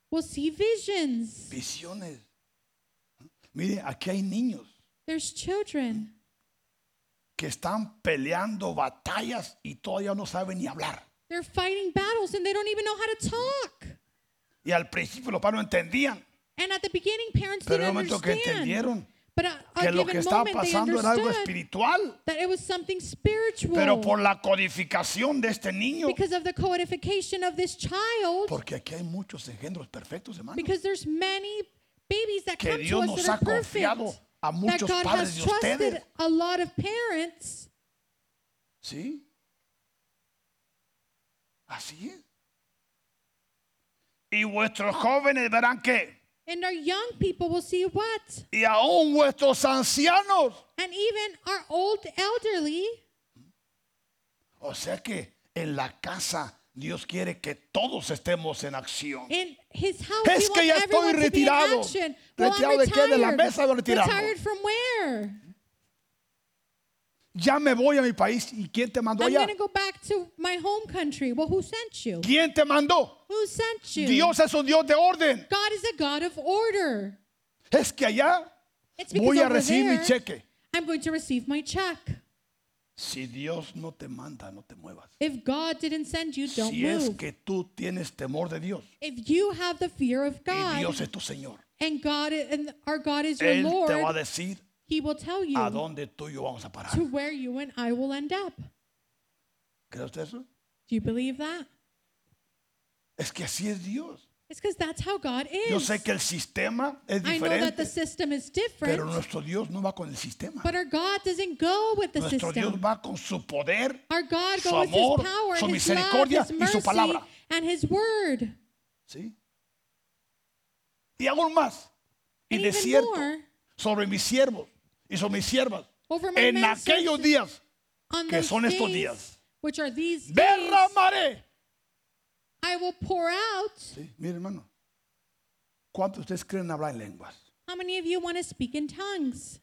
B: will see visions.
A: Visiones. Mire, aquí hay niños
B: There's children
A: que están peleando batallas y todavía no saben ni hablar.
B: They're fighting battles and they don't even know how to talk.
A: Y al principio los padres no entendían,
B: And at the beginning, parents
A: pero en el
B: didn't
A: momento que
B: understand.
A: entendieron
B: But at
A: que
B: a
A: lo que
B: given
A: estaba
B: moment, they
A: pasando era algo
B: understood
A: espiritual,
B: that it was something spiritual.
A: pero por la codificación de este niño,
B: because of the codification of this child
A: porque aquí hay muchos engendros perfectos, hermano.
B: because there's many babies that
A: que
B: come
A: Dios
B: to us
A: nos
B: that
A: ha
B: are perfect
A: confiado a
B: that
A: muchos
B: God
A: padres
B: has
A: de
B: trusted
A: ustedes.
B: a lot of parents
A: ¿Sí? Así es. Y vuestros jóvenes verán que,
B: and our young people will see what
A: y aún vuestros ancianos.
B: and even our old elderly
A: O sea que en la casa Dios quiere que todos estemos en acción.
B: in his house
A: Es
B: he
A: que
B: wants
A: ya
B: everyone
A: estoy
B: to be in
A: retirado.
B: action well,
A: ¿Retirado
B: I'm
A: de qué?
B: retired
A: De la mesa de retirado.
B: retired from where
A: Ya me voy a mi país. ¿Y quién te mandó
B: I'm
A: allá?
B: going to go back to my home country well who sent you
A: ¿Quién te mandó?
B: who sent you
A: Dios es un Dios de orden.
B: God is a God of order
A: Es que allá
B: it's because
A: voy a
B: over
A: recibir mi
B: there,
A: cheque.
B: I'm going to receive my check.
A: Si Dios no te manda, no te muevas.
B: If God didn't send you, don't
A: Si es
B: move.
A: que tú tienes temor de Dios
B: If you have the fear of
A: y
B: God
A: Dios es tu Señor,
B: and God i- and our God is your
A: Él te va a
B: Lord,
A: decir
B: He will tell
A: a
B: you
A: dónde tú y yo vamos a parar.
B: to where you and I will end up. Do
A: ¿Cree usted eso?
B: you believe that?
A: Es que así es Dios.
B: It's because that's how God
A: Yo
B: is.
A: sé que el sistema es
B: I know that the
A: diferente,
B: system is
A: pero
B: different,
A: nuestro Dios no va con el sistema.
B: but our God doesn't go with the
A: Nuestro Dios
B: system.
A: va con su poder.
B: Our God
A: su
B: goes
A: amor,
B: with His power,
A: su
B: His love,
A: misericordia
B: His
A: y su
B: mercy,
A: palabra.
B: and His word.
A: ¿sí? Y aún más. Y
B: And
A: de
B: even
A: cierto,
B: more,
A: sobre mis siervos y sobre mis siervas.
B: Over my
A: En
B: men
A: aquellos
B: servants.
A: días
B: on
A: que
B: those
A: son estos
B: days,
A: días.
B: which are these days,
A: derramaré.
B: I will pour out.
A: Sí, mire, hermano. ¿Cuántos de ustedes creen hablar en lenguas?
B: How many of you want to speak in tongues?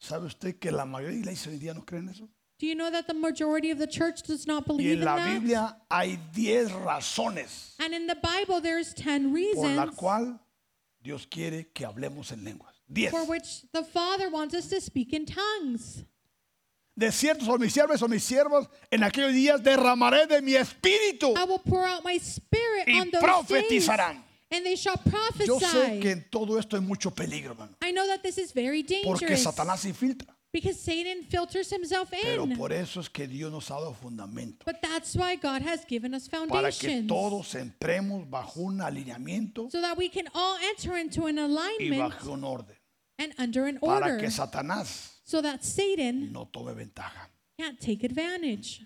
A: ¿Sabe usted que la mayoría de la iglesia hoy en día no creen eso?
B: Do you know that the majority of the church does not
A: Y
B: believe
A: en
B: in
A: la
B: that?
A: Biblia hay 10 razones
B: And in the Bible, there's 10
A: por la
B: reasons
A: cual Dios quiere que hablemos en lenguas. 10.
B: for which the Father wants us to speak in tongues.
A: De cierto, son mis siervos, son mis siervos. En aquellos días derramaré de mi espíritu.
B: I will pour out my spirit
A: Y
B: on those days,
A: profetizarán.
B: and they shall
A: Yo sé que
B: prophesy.
A: en todo esto hay mucho peligro, hermano.
B: I know that this is very
A: Porque
B: dangerous
A: Satanás se infiltra.
B: because Satan filters himself
A: Pero
B: in.
A: por eso es que Dios nos ha dado fundamento.
B: But that's why God has given us
A: Para que
B: foundations
A: todos entremos bajo un alineamiento
B: so that we can all enter into an
A: y
B: alignment
A: bajo un orden.
B: and under an
A: Para
B: order
A: que Satanás
B: so that Satan
A: no tome ventaja.
B: can't take advantage.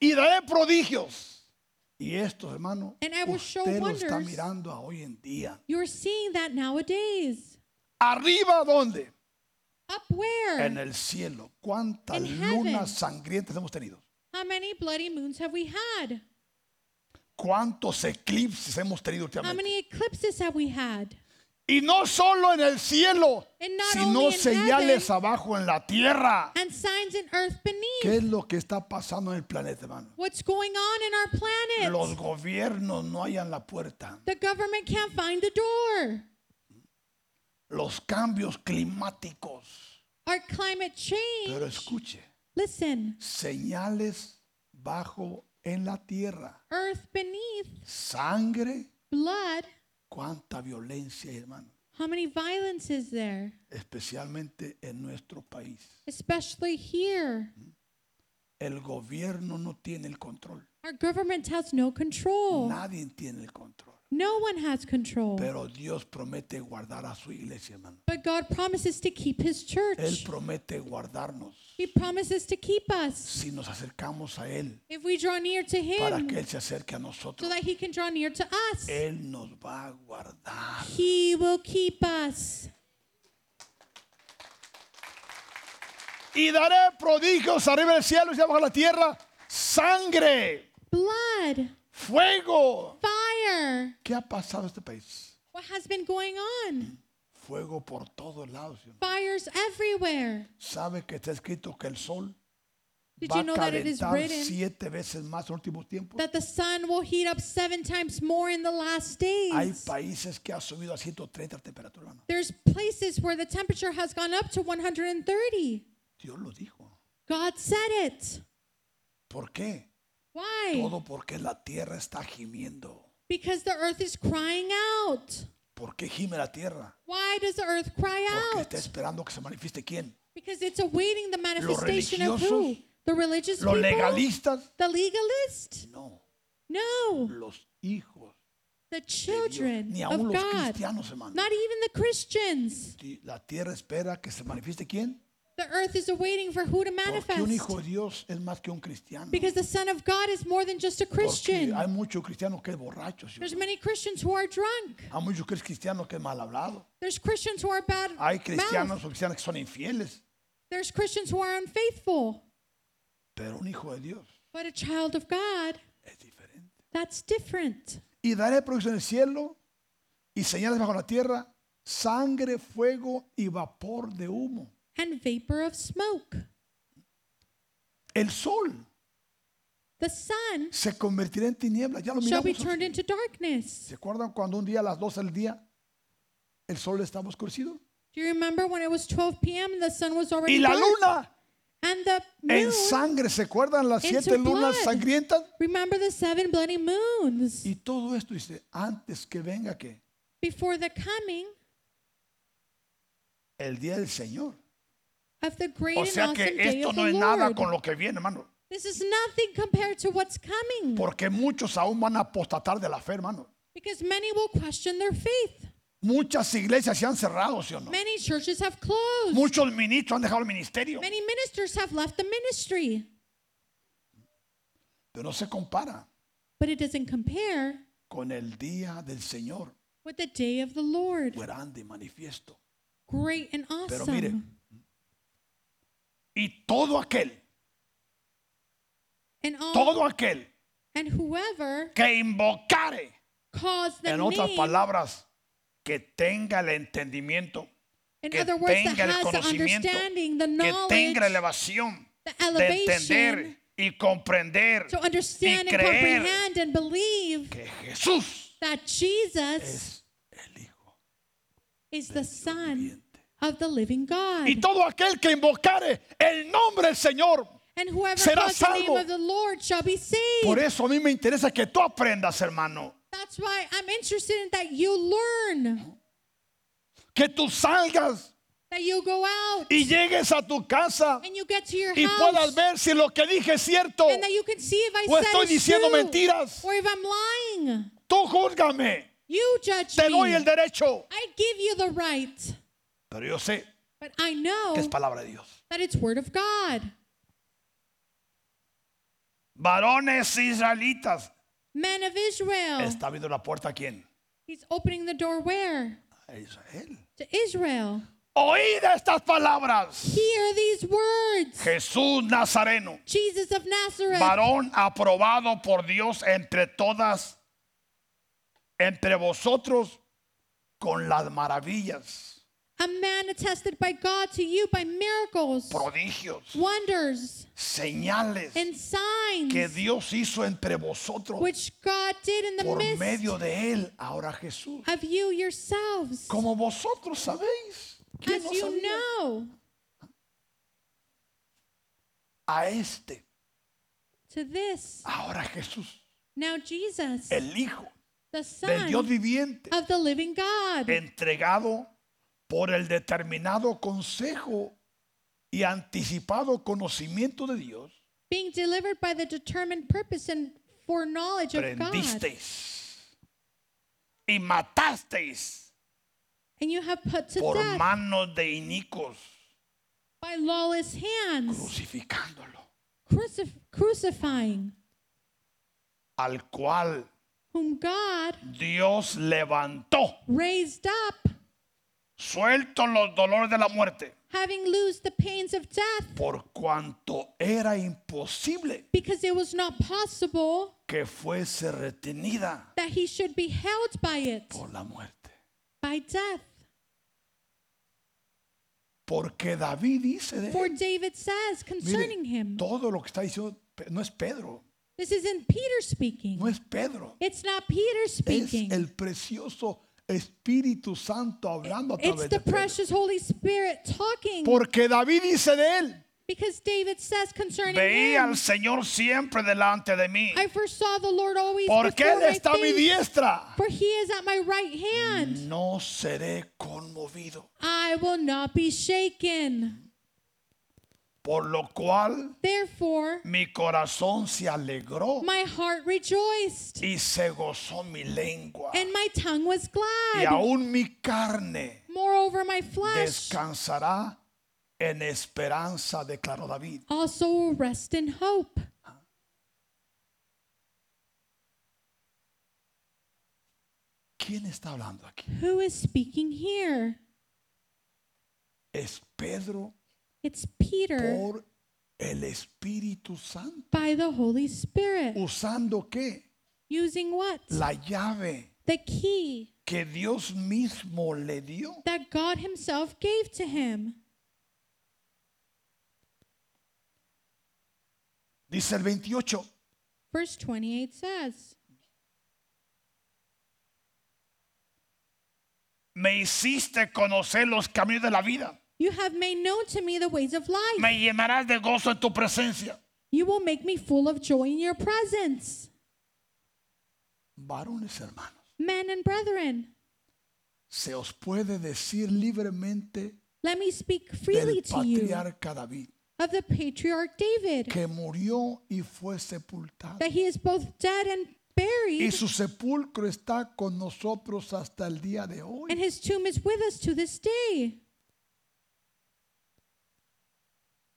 A: Y daré prodigios. Y esto, hermano,
B: And I will show
A: usted lo está
B: wonders.
A: mirando a hoy en día.
B: You're seeing that nowadays.
A: ¿Arriba dónde?
B: Up where?
A: En el cielo. ¿Cuántas
B: In heaven.
A: lunas sangrientas hemos tenido?
B: How many bloody moons have we had?
A: ¿Cuántos eclipses hemos tenido
B: How
A: últimamente?
B: many eclipses have we had?
A: Y no solo en el cielo,
B: And not only
A: sino
B: in
A: señales
B: heaven.
A: abajo en la tierra.
B: And signs in earth beneath.
A: ¿Qué es lo que está pasando en el planeta, hermano?
B: What's going on in our planet?
A: Los gobiernos no hallan la puerta.
B: The government can't find the door.
A: Los cambios climáticos.
B: Our climate change.
A: Pero escuche,
B: Listen,
A: señales bajo en la tierra.
B: earth beneath,
A: Sangre,
B: blood.
A: cuánta violencia, hermano.
B: How many violence is there?
A: Especialmente en nuestro país.
B: Especially here.
A: El gobierno no tiene el control.
B: Our government has no control.
A: Nadie tiene el control.
B: No one has control.
A: Pero Dios promete guardar a su iglesia, hermano.
B: But God promises to keep his
A: Él
B: church.
A: promete guardarnos
B: He promises to keep us
A: si nos acercamos a Él
B: if we draw near to
A: para
B: him
A: que Eh. Él se acerque a
B: so
A: nosotros.
B: that he can draw near to us.
A: Él nos va a guardar.
B: He will keep us.
A: Y daré prodigios arriba del cielo y abajo de la tierra. Sangre,
B: Blood,
A: fuego.
B: fire.
A: ¿Qué ha pasado en este país?
B: What has been going on?
A: Fuego por todos lados. señor.
B: Fires everywhere.
A: ¿Sabe que está escrito que el sol
B: Did
A: va
B: you
A: a
B: know that it is
A: calentar
B: written
A: siete veces más en los últimos tiempos?
B: that the sun will heat up seven times more in the last
A: Hay
B: days?
A: países que han subido a 130 la temperatura, hermano.
B: There's places where the temperature has gone up to 130.
A: Dios lo dijo.
B: God said it.
A: ¿Por qué?
B: Why?
A: Todo porque la tierra está gimiendo.
B: Because the earth is crying out.
A: ¿Por qué gime la tierra?
B: Why does the earth cry
A: Porque
B: out?
A: está esperando que se manifieste quién.
B: Because it's awaiting the manifestation of who?
A: religiosos,
B: The religious
A: Los
B: people?
A: legalistas.
B: The legalist?
A: No,
B: No.
A: los hijos.
B: The
A: de Dios,
B: children
A: Ni aún
B: of
A: los
B: God.
A: cristianos, hermano.
B: Not even the Christians.
A: Sí, La tierra espera que se manifieste quién.
B: The earth is awaiting for who to
A: Porque un hijo
B: manifest.
A: de Dios es más que un cristiano.
B: Because the Son of God is more than just a
A: Porque
B: Christian.
A: hay muchos cristianos que es borracho. sí.
B: There's many Christians who are drunk.
A: Hay muchos que es cristiano que es mal hablado.
B: There's Christians who are bad
A: Hay
B: mouth.
A: cristianos o cristianas que son infieles.
B: There's Christians who are unfaithful.
A: Pero un hijo de Dios
B: But a child of God,
A: es diferente.
B: that's different.
A: y daré producción en el cielo y señales bajo la tierra, sangre, fuego y vapor de humo.
B: And vapor of smoke.
A: El sol
B: The sun
A: se convertirá en tinieblas, ya lo
B: shall be
A: miramos.
B: turned into darkness.
A: ¿Se acuerdan cuando un día a las 12 del día el sol estaba oscurecido?
B: Do you remember when it was 12 p.m. and the sun was already
A: Y la
B: dark?
A: luna
B: And the
A: En
B: moon,
A: sangre, ¿se acuerdan las
B: Into
A: siete lunas
B: blood.
A: sangrientas?
B: remember the seven bloody moons
A: Y todo esto dice, antes que venga que
B: before the coming
A: el día del Señor.
B: of the great
A: O sea
B: and
A: que
B: awesome day
A: esto
B: of
A: no
B: the
A: es nada
B: Lord.
A: con lo que viene, hermano.
B: This is nothing compared to what's coming
A: Porque muchos aún van a apostatar de la fe, hermano.
B: because many will question their faith.
A: Muchas iglesias se han cerrado, ¿sí o no?
B: Many churches have closed.
A: Muchos ministros han dejado el ministerio.
B: Many ministers have left the ministry,
A: Pero no se compara
B: but it doesn't compare
A: con el día del Señor,
B: with the day of the Lord.
A: grande y manifiesto.
B: Great and
A: Pero mire,
B: awesome.
A: Y todo aquel,
B: And all
A: todo aquel
B: and whoever
A: que invocare,
B: calls the
A: en otras
B: name,
A: palabras, que tenga el entendimiento,
B: in
A: que
B: other words, that
A: tenga el
B: has the
A: conocimiento,
B: understanding, the
A: que
B: knowledge,
A: tenga la elevación
B: the
A: de
B: elevation
A: entender y comprender
B: to understand
A: y
B: and
A: creer
B: comprehend and believe
A: que Jesús
B: that Jesus
A: es el Hijo
B: is the Son
A: viviente.
B: of the living God.
A: Y todo aquel que invocare el nombre del Señor.
B: And whoever
A: será
B: calls the name
A: salvo.
B: of the Lord shall be
A: Por e
B: saved.
A: eso a mí me interesa que tú aprendas, hermano.
B: That's why I'm interested in that you learn,
A: Que tú salgas
B: that you go out
A: y llegues a tu casa
B: and you get to your
A: y puedas
B: house
A: ver si lo que dije es cierto.
B: and that you can see if I
A: O
B: said
A: estoy
B: it's
A: diciendo
B: true
A: mentiras.
B: or if I'm lying.
A: Tú júzgame.
B: You judge
A: Te
B: me.
A: doy el derecho.
B: I give you the right.
A: Pero yo sé
B: But I know
A: que es palabra de Dios.
B: that it's word of God.
A: Varones israelitas.
B: Men of Israel.
A: Está abriendo la puerta a quién?
B: He's opening the door where?
A: A Israel.
B: To Israel.
A: Oíd estas palabras.
B: Hear these words.
A: Jesús Nazareno.
B: Jesus of Nazareth.
A: varón aprobado por Dios entre todas, entre vosotros, con las maravillas,
B: A man attested by God to you by miracles,
A: prodigios,
B: wonders,
A: señales
B: and signs
A: que Dios hizo entre vosotros
B: which God did in the
A: por
B: midst
A: medio de él, ahora Jesús.
B: of you yourselves.
A: Como vosotros sabéis, ¿quién
B: As
A: no
B: you
A: sabía?
B: know,
A: a este,
B: to this,
A: ahora Jesús,
B: now Jesus,
A: el Hijo
B: the
A: del
B: Son
A: Dios viviente,
B: of the living God,
A: entregado por el determinado consejo y anticipado conocimiento de Dios,
B: being delivered by the determined purpose and foreknowledge of God,
A: prendisteis y matasteis
B: and you have put to
A: por
B: death
A: manos de inicos,
B: by lawless hands,
A: crucificándolo,
B: crucif- crucifying,
A: al cual
B: whom God
A: Dios levantó,
B: raised up,
A: suelto los dolores de la muerte,
B: having loosed the pains of death.
A: por cuanto era imposible
B: because it was not possible
A: que fuese retenida
B: that he should be held by it,
A: por la muerte.
B: by death.
A: Porque David dice de él,
B: For David says concerning
A: Mire,
B: him,
A: todo lo que está diciendo Pe- no es Pedro,
B: this isn't Peter
A: no
B: speaking,
A: es Pedro,
B: it's not Peter
A: es
B: speaking,
A: el precioso Espíritu Santo hablando a
B: it's
A: través
B: the
A: de Pedro.
B: precious Holy Spirit talking.
A: Porque David dice de él,
B: Because David says concerning
A: veía
B: him,
A: al Señor siempre delante de mí,
B: I foresaw the Lord always
A: porque
B: before
A: él
B: my
A: está a mi
B: face,
A: diestra.
B: for he is at my right hand.
A: No seré conmovido,
B: I will not be shaken.
A: por lo cual
B: Therefore,
A: mi corazón se alegró
B: my heart rejoiced,
A: y se gozó mi lengua
B: and my tongue was
A: y
B: glad.
A: aún mi carne
B: Moreover, my flesh
A: descansará en esperanza, declaró David.
B: also will rest in hope.
A: ¿Quién está hablando aquí?
B: Who is speaking here?
A: Es Pedro
B: It's Peter
A: por el Espíritu Santo.
B: by the Holy Spirit.
A: ¿Usando qué?
B: Using what?
A: La llave
B: The key
A: que Dios mismo le dio.
B: that God Himself gave to him.
A: Dice el 28.
B: Verse 28 says,
A: Me hiciste conocer los caminos de la vida.
B: You have made known to me the ways of life.
A: Me llenarás de gozo en tu presencia.
B: You will make me full of joy in your presence.
A: Varones hermanos,
B: Men and brethren,
A: se os puede decir libremente
B: let me speak freely
A: del
B: to you
A: patriarca David
B: of the patriarch David,
A: que murió y fue sepultado.
B: that he is both dead and
A: Y
B: buried,
A: su sepulcro está con nosotros hasta el día de hoy.
B: and his tomb is with us to this day.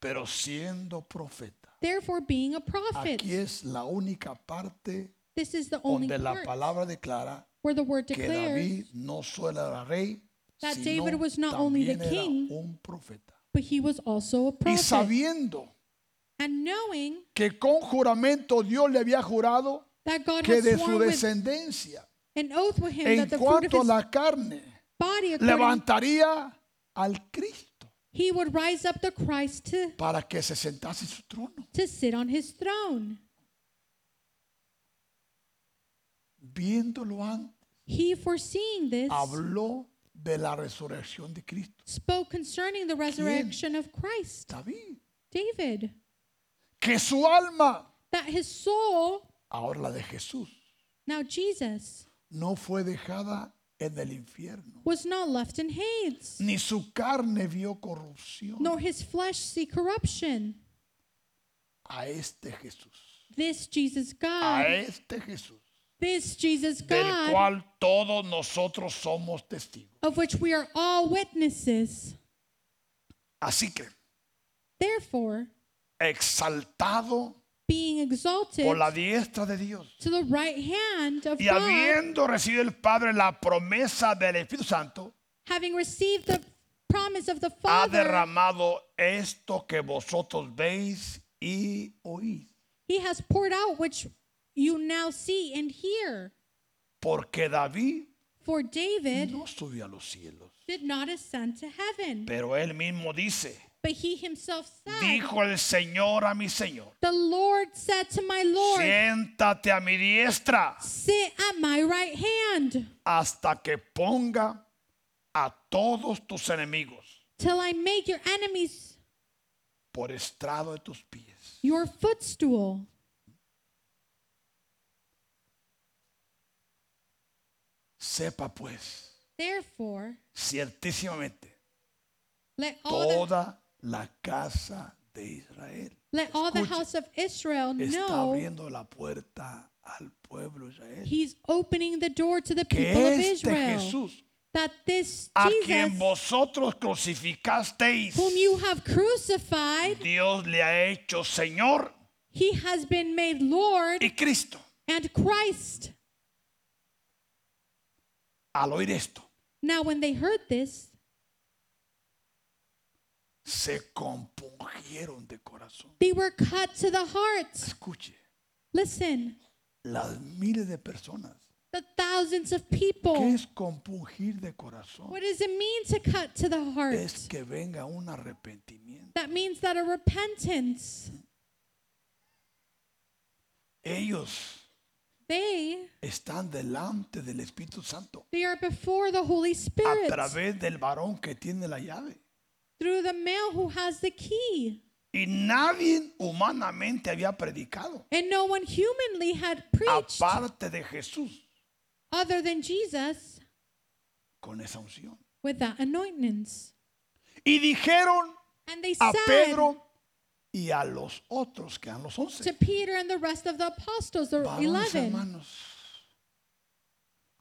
A: Pero siendo profeta,
B: Therefore, being a prophet,
A: aquí es la única parte
B: this is the only
A: donde la
B: part
A: palabra declara
B: where the word
A: que
B: declares,
A: David no solo era rey,
B: That
A: sino
B: David was not only the
A: también era
B: king,
A: un profeta.
B: but he was also a
A: Y
B: prophet.
A: sabiendo
B: And knowing
A: que con juramento Dios le había jurado
B: that God
A: que
B: had
A: de su
B: sworn with
A: descendencia,
B: an oath with him
A: en
B: that the fruit of
A: cuanto a
B: his
A: la carne,
B: body, according,
A: levantaría al Cristo
B: he would rise up the Christ to,
A: para que se sentase en su trono.
B: to sit on his throne.
A: Viéndolo antes,
B: He, foreseeing this,
A: habló de la resurrección de Cristo.
B: spoke concerning the resurrection of Christ,
A: David,
B: David,
A: que su alma,
B: that his soul,
A: ahora la de Jesús,
B: now Jesus,
A: no fue dejada en el infierno,
B: was not left in Hades,
A: ni su carne vio corrupción.
B: nor his flesh see corruption.
A: A este Jesús,
B: This Jesus
A: a
B: God,
A: este Jesús,
B: this Jesus
A: del
B: God,
A: cual todos nosotros somos testigos.
B: of which we are all witnesses.
A: Así que,
B: Therefore,
A: exaltado
B: being exalted
A: por la diestra de Dios
B: to the right hand of
A: y
B: God,
A: habiendo recibido el Padre la promesa del Espíritu Santo,
B: having received the promise of the
A: ha
B: Father,
A: derramado esto que vosotros veis y oís.
B: he has poured out which you now see and hear.
A: Porque David
B: For David
A: no subió a los cielos,
B: did not ascend to heaven,
A: pero él mismo dice,
B: but he himself said,
A: dijo el Señor a mi Señor,
B: The Lord said to my Lord,
A: siéntate a mi diestra
B: Sit at my right hand
A: hasta que ponga a todos tus enemigos
B: till I make your enemies
A: por estrado de tus pies.
B: your footstool.
A: Sepa pues,
B: Therefore,
A: ciertísimamente,
B: let all the,
A: toda la casa de Israel
B: let all the
A: escuche,
B: house of Israel
A: está
B: know
A: abriendo la puerta al pueblo de Israel.
B: he's opening the door to the
A: Que
B: people of
A: este
B: Israel.
A: Jesús,
B: That this
A: a quien
B: Jesus,
A: vosotros crucificasteis,
B: whom you have crucified,
A: Dios le ha hecho Señor
B: he has been made Lord
A: y Cristo.
B: and Christ.
A: Al oír esto,
B: Now, when they heard this,
A: se compungieron de corazón.
B: they were cut to the heart.
A: Escuche,
B: Listen,
A: las miles de personas.
B: the thousands of
A: ¿Qué
B: people.
A: es compungir de corazón?
B: What does it mean to cut to the
A: Es
B: heart?
A: que venga un arrepentimiento.
B: That means that a repentance.
A: Ellos
B: They
A: están delante del Espíritu Santo
B: they are before the Holy
A: a
B: Spirit
A: través del varón que tiene la llave.
B: through the male who has the key.
A: Y nadie humanamente había predicado,
B: And no one humanly had preached
A: aparte de Jesús,
B: other than Jesus
A: con esa unción.
B: with that anointment.
A: Y dijeron
B: And they
A: a
B: said
A: Pedro y a los otros, que eran los once,
B: to Peter and the rest of the apostles, the
A: varones
B: 11,
A: hermanos,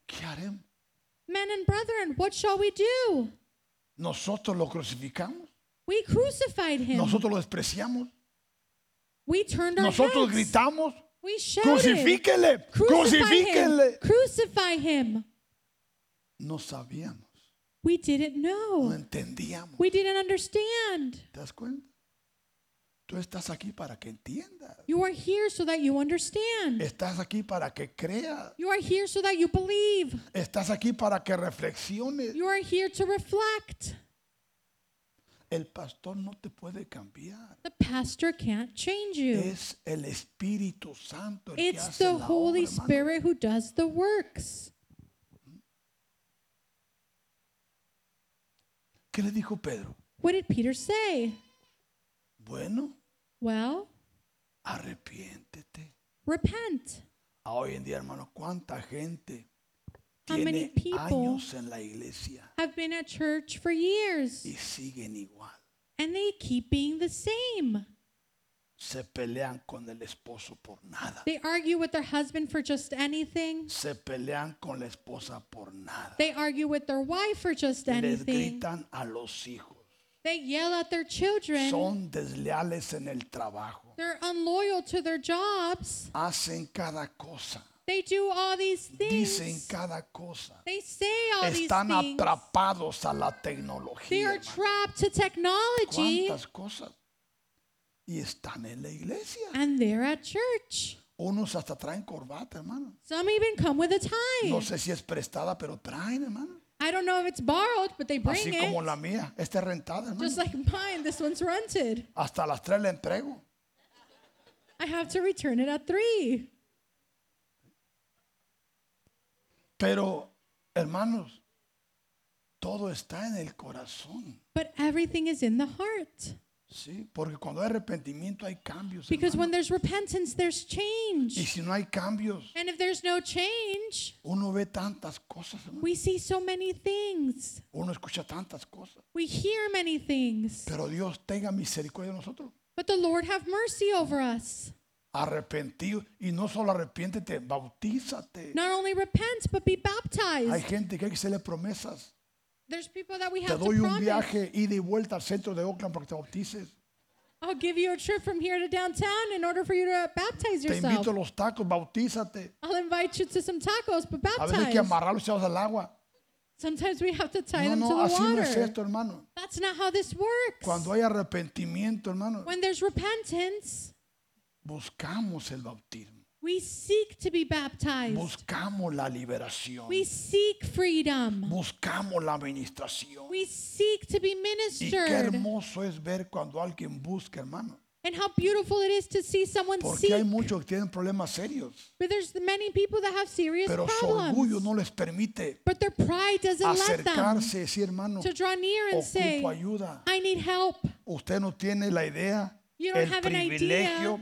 A: ¿qué haremos?
B: Men and brethren, what shall we do?
A: ¿Nosotros lo crucificamos?
B: We crucified him.
A: ¿Nosotros lo despreciamos?
B: we turned our
A: ¿Nosotros
B: heads.
A: gritamos?
B: we shouted.
A: ¡Crucifíquenle!
B: Crucify him.
A: ¡Crucifíquenle!
B: Crucify him.
A: No sabíamos,
B: We didn't
A: no
B: know.
A: entendíamos.
B: We didn't understand.
A: ¿Te das cuenta? Tú estás aquí para que entiendas.
B: You are here so that you understand.
A: Estás aquí para que creas.
B: You are here so that you believe.
A: Estás aquí para que reflexiones.
B: You are here to reflect.
A: El pastor no te puede cambiar.
B: The pastor can't change you.
A: Es el Espíritu Santo el que
B: It's
A: hace
B: the
A: la
B: Holy
A: obra, hermano.
B: Spirit who does the works.
A: ¿Qué le dijo Pedro?
B: What did Peter say?
A: Bueno,
B: Well,
A: arrepiéntete.
B: repent.
A: Ah, hoy en día, hermano, ¿cuánta gente
B: How
A: tiene
B: many people-
A: años en la iglesia
B: I've been at church for years
A: y siguen igual?
B: and they keep being the same.
A: Se pelean con el esposo por nada.
B: They argue with their husband for just anything.
A: Se pelean con la esposa por nada.
B: They argue with their wife for just
A: Les
B: anything.
A: gritan a los hijos.
B: They yell at their children.
A: Son desleales en el trabajo.
B: They're unloyal to their jobs.
A: Hacen cada cosa.
B: They do all these
A: Dicen
B: things.
A: cada cosa.
B: They say all these
A: Están
B: things.
A: atrapados a la
B: They
A: tecnología.
B: are
A: hermano.
B: trapped to technology
A: ¿Cuántas cosas? Y están en la iglesia.
B: and they're at church.
A: Unos hasta traen corbata, hermano.
B: Some even come with a tie.
A: No sé si es prestada, pero traen, hermano.
B: I don't know if it's borrowed, but they bring
A: Así
B: it.
A: como la mía. Esta es rentada, hermano.
B: Just like mine, this one's rented.
A: Hasta las tres la entrego.
B: I have to return it at three.
A: Pero, hermanos, todo está en el corazón.
B: But everything is in the heart.
A: Sí, porque cuando hay arrepentimiento hay cambios.
B: Because
A: hermano.
B: when there's repentance, there's
A: Y
B: change.
A: si no hay cambios,
B: And if there's no change,
A: uno ve tantas cosas, hermano.
B: we see so many things.
A: uno escucha tantas cosas.
B: We hear many things.
A: Pero Dios tenga misericordia de nosotros.
B: But the Lord have mercy over us.
A: Arrepentido. Y no solo arrepiéntete, bautízate.
B: Not only repent, but be
A: Hay
B: baptized.
A: gente que hay que hacerle promesas.
B: There's people that we
A: Te
B: have
A: doy
B: to
A: un
B: promise.
A: viaje, ida y vuelta al centro de Oakland para que te bautices.
B: I'll give you a trip from here to downtown in order for you to baptize
A: Te invito a
B: yourself.
A: los tacos, bautízate.
B: I'll invite you to some tacos, but
A: A veces hay que
B: baptize.
A: amarrarlos echados al agua.
B: Sometimes we have to tie
A: No,
B: them to
A: no,
B: the
A: así no es
B: water.
A: esto, hermano.
B: That's not how this works.
A: Cuando hay arrepentimiento, hermano,
B: when there's repentance,
A: buscamos el bautismo.
B: we seek to be baptized.
A: Buscamos la liberación.
B: we seek freedom.
A: Buscamos la administración.
B: We seek to be
A: Y qué
B: ministered.
A: hermoso es ver cuando alguien busca, hermano.
B: And how beautiful it is to see someone
A: Porque hay
B: seek.
A: muchos que tienen problemas serios,
B: But there's many people that have serious
A: pero su orgullo
B: problems.
A: no les permite
B: But their pride doesn't let them
A: acercarse y decir, hermano,
B: to draw near and
A: ocupo
B: say,
A: ayuda.
B: I need help.
A: Usted no tiene la idea,
B: You don't
A: el
B: have an idea,
A: privilegio,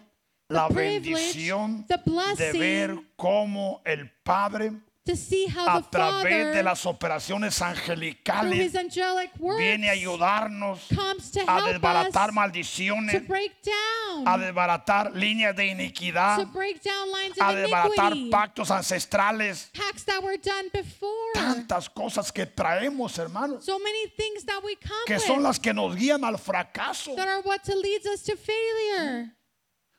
A: la
B: privilege,
A: bendición
B: the
A: de
B: blessing
A: ver cómo el Padre
B: To see how
A: a
B: the
A: través de
B: Father,
A: las operaciones
B: through his
A: angelicales
B: angelic
A: viene a
B: works,
A: ayudarnos
B: comes to
A: a
B: help
A: desbaratar
B: us to
A: maldiciones,
B: break
A: a
B: down,
A: desbaratar líneas de iniquidad,
B: to break down lines
A: a
B: of
A: desbaratar
B: iniquity,
A: pactos ancestrales,
B: pacts that were done before.
A: tantas cosas que traemos, hermanos,
B: So many things that we come
A: que son
B: with
A: las que nos guían al fracaso.
B: that are what leads us to failure.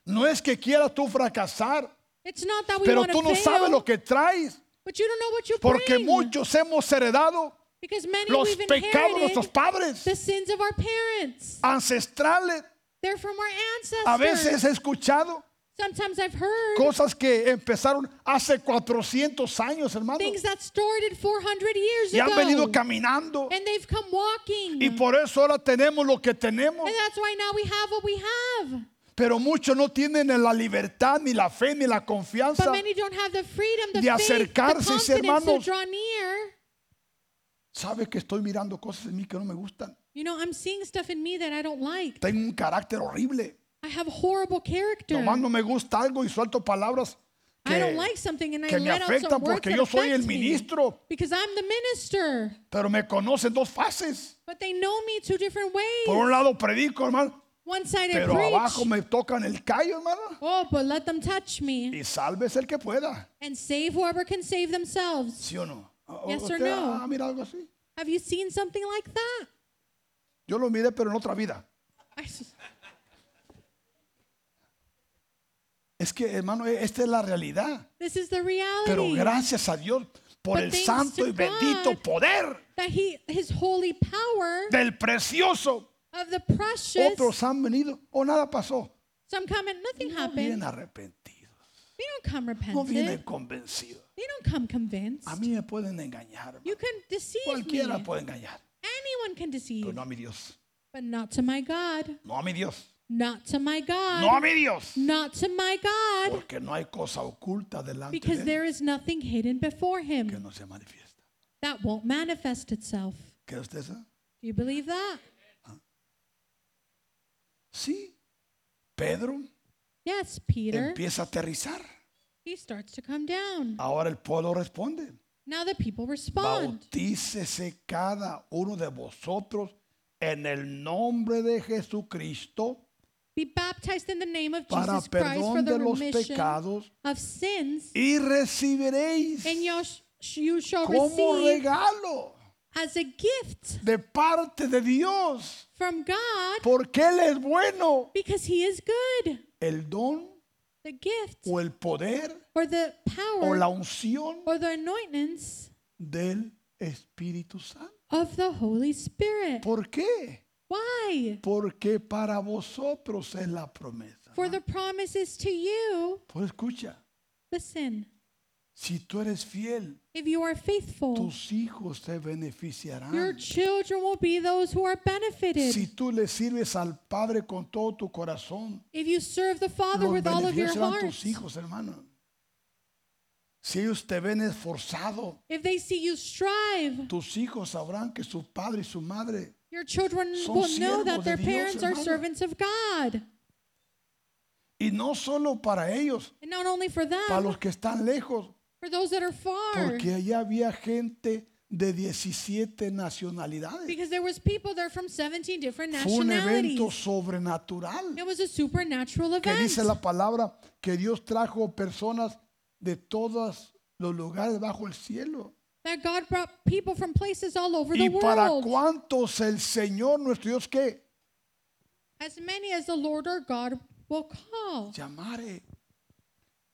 A: No es que quieras tú fracasar,
B: It's not that we
A: pero
B: want
A: tú no
B: to
A: sabes lo
B: fail,
A: que traes,
B: but you don't know what you
A: porque
B: bring.
A: muchos hemos heredado
B: Because many
A: los
B: we've
A: pecados de nuestros
B: inherited
A: padres
B: the sins of our parents.
A: ancestrales.
B: They're from our ancestors.
A: A veces he escuchado
B: Sometimes I've heard
A: cosas que empezaron hace 400 años, hermano,
B: things that started 400 years
A: y han venido
B: ago.
A: caminando.
B: And they've come walking.
A: Y por eso ahora tenemos lo que tenemos.
B: and that's why now we have what we have.
A: Pero muchos no tienen la libertad, ni la fe, ni la
B: But
A: confianza.
B: many don't have the freedom, the
A: de
B: faith, the
A: acercarse y
B: confidence
A: ser
B: to
A: hermanos.
B: draw near.
A: Sabe que estoy mirando cosas en mí que no me gustan.
B: You know, I'm seeing stuff in me that I don't like.
A: Tengo un carácter horrible.
B: I have horrible character.
A: Nomás no me gusta algo y suelto palabras
B: Hmm. I don't
A: que,
B: like something and I
A: que me
B: let out
A: afectan
B: some words
A: porque
B: that
A: yo soy el
B: affect me.
A: ministro.
B: Because I'm the minister.
A: Pero me conocen dos fases.
B: But they know me two different ways.
A: Por un lado predico, hermano,
B: One side I
A: pero
B: preach.
A: abajo me tocan el callo, hermano.
B: Oh, but let them touch me
A: Y sálvese el que pueda.
B: and save whoever can save themselves.
A: ¿Sí o no? Ah, ¿O-
B: Yes or
A: ¿Usted
B: no?
A: ha mirado algo así?
B: Have you seen something like that?
A: Yo lo miré, pero en otra vida.
B: I s-
A: Es que, hermano, e- esta es la realidad.
B: This is the
A: Pero
B: reality
A: gracias a Dios por
B: But
A: el
B: thanks
A: santo
B: to
A: y bendito
B: God.
A: poder
B: that he, his holy power
A: del precioso.
B: of the precious.
A: Otros han venido o nada pasó.
B: Some come and nothing
A: Vienen
B: happened.
A: arrepentidos,
B: They don't come
A: no vienen
B: repentant.
A: convencidos.
B: They don't come convinced.
A: A mí me pueden engañar. hermano.
B: You can deceive me.
A: Cualquiera puede engañar,
B: Anyone can
A: pero
B: deceive,
A: no a mi Dios.
B: but not to my God.
A: No a mi Dios.
B: Not to my
A: No a
B: God.
A: mi Dios.
B: Not to my God.
A: Porque no hay cosa oculta delante
B: Because
A: de él
B: there is nothing hidden before
A: que
B: him
A: no se manifiesta.
B: that won't manifest itself.
A: ¿Cree usted eso?
B: Do you believe that?
A: Sí, Pedro
B: Yes, Peter.
A: empieza a aterrizar.
B: He starts to come down.
A: Ahora el pueblo responde.
B: Now the people respond.
A: Bautícese cada uno de vosotros en el nombre de Jesucristo
B: Be baptized in the name of
A: para
B: Jesus Christ for
A: perdón
B: the
A: de los
B: remission
A: pecados
B: of sins,
A: y recibiréis
B: and you sh- you shall
A: como
B: receive
A: regalo
B: as a gift
A: de parte de Dios,
B: from God
A: porque Él es bueno,
B: because He is good.
A: el don
B: The gift
A: o el poder
B: or the
A: o la
B: power
A: unción
B: or the anointings
A: del Espíritu Santo.
B: of the Holy Spirit.
A: ¿Por qué?
B: Why?
A: Porque para vosotros es la promesa.
B: For the promises to you,
A: Pues escucha,
B: listen,
A: si tú eres fiel,
B: if you are faithful,
A: tus hijos se
B: your
A: beneficiarán.
B: children will be those who are
A: Si
B: benefited.
A: tú le sirves al Padre con todo tu corazón,
B: If you serve the Father
A: los
B: with all of
A: beneficios
B: your
A: serán
B: heart,
A: tus hijos, hermano. Si ellos te ven esforzado,
B: if they see you strive,
A: tus hijos sabrán que su padre y su madre.
B: your children
A: Son
B: will know
A: siervos
B: that their
A: de Dios,
B: parents are
A: hermano.
B: servants of God.
A: Y no solo para ellos,
B: And not only for
A: para
B: them,
A: los que están lejos,
B: for those that are far.
A: porque allá había gente de 17 nacionalidades.
B: Because there was people there from 17 different
A: Fue un evento
B: nationalities.
A: sobrenatural.
B: It was a supernatural
A: que
B: event.
A: dice la palabra que Dios trajo personas de todos los lugares bajo el cielo.
B: That God brought people from places all over
A: Y
B: the
A: para
B: world.
A: cuántos el Señor nuestro Dios que
B: As many as the Lord our God will call.
A: llamare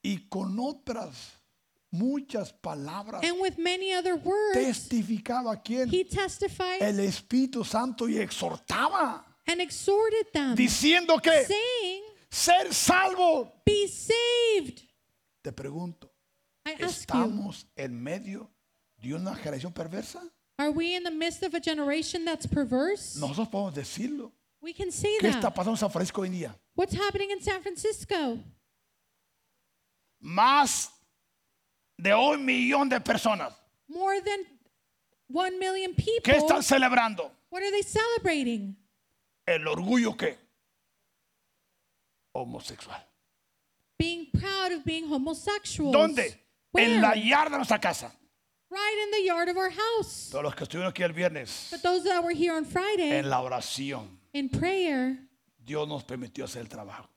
A: y con otras muchas palabras
B: And with many other words,
A: testificaba quien
B: he testified
A: el Espíritu Santo y exhortaba
B: and exhorted them,
A: diciendo que
B: saying,
A: ser salvo.
B: Be saved.
A: Te pregunto,
B: I ask you,
A: ¿estamos en medio de una generación perversa?
B: are we in the midst of a generation that's perverse?
A: Nosotros podemos decirlo.
B: We can say
A: ¿Qué está
B: that.
A: pasando en San Francisco hoy en día?
B: What's happening in San Francisco?
A: Más de un millón de personas
B: More than 1 million
A: que
B: people.
A: están celebrando
B: What are they celebrating?
A: el orgullo que homosexual.
B: Being proud of being homosexuals.
A: ¿Dónde? En la
B: Where?
A: yarda de nuestra casa.
B: Right in the yard of our house.
A: Todos los que estuvieron aquí el viernes,
B: But those that were here on Friday
A: en la oración,
B: in prayer,
A: Dios nos permitió hacer el trabajo.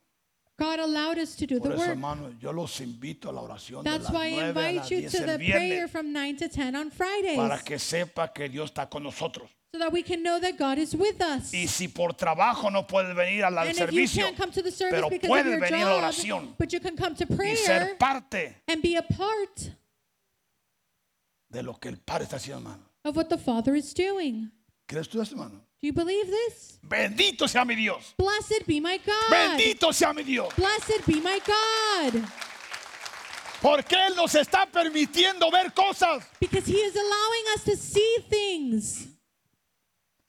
B: God allowed us to do the
A: Por eso,
B: work.
A: hermano, yo los invito a la oración de
B: That's
A: las
B: why I
A: 9 a las
B: invite you
A: 10
B: to
A: el
B: the prayer
A: viernes
B: from 9 to 10 on Fridays
A: para que sepa que Dios está con nosotros.
B: so that we can know that God is with us.
A: Y si por trabajo no puedes venir al al
B: and if you
A: servicio,
B: can't come to the service
A: pero
B: because of
A: puedes
B: your
A: venir a la
B: job,
A: oración
B: but you can come to
A: y ser
B: prayer
A: parte
B: and be a part
A: de lo que el Padre está haciendo, hermano.
B: of what the Father is doing.
A: ¿Crees tú eso, hermano?
B: Do you believe this?
A: Bendito sea mi Dios.
B: Blessed be my God.
A: Bendito sea mi Dios.
B: Blessed be my God.
A: Porque Él nos está permitiendo ver cosas
B: Because He is allowing us to see things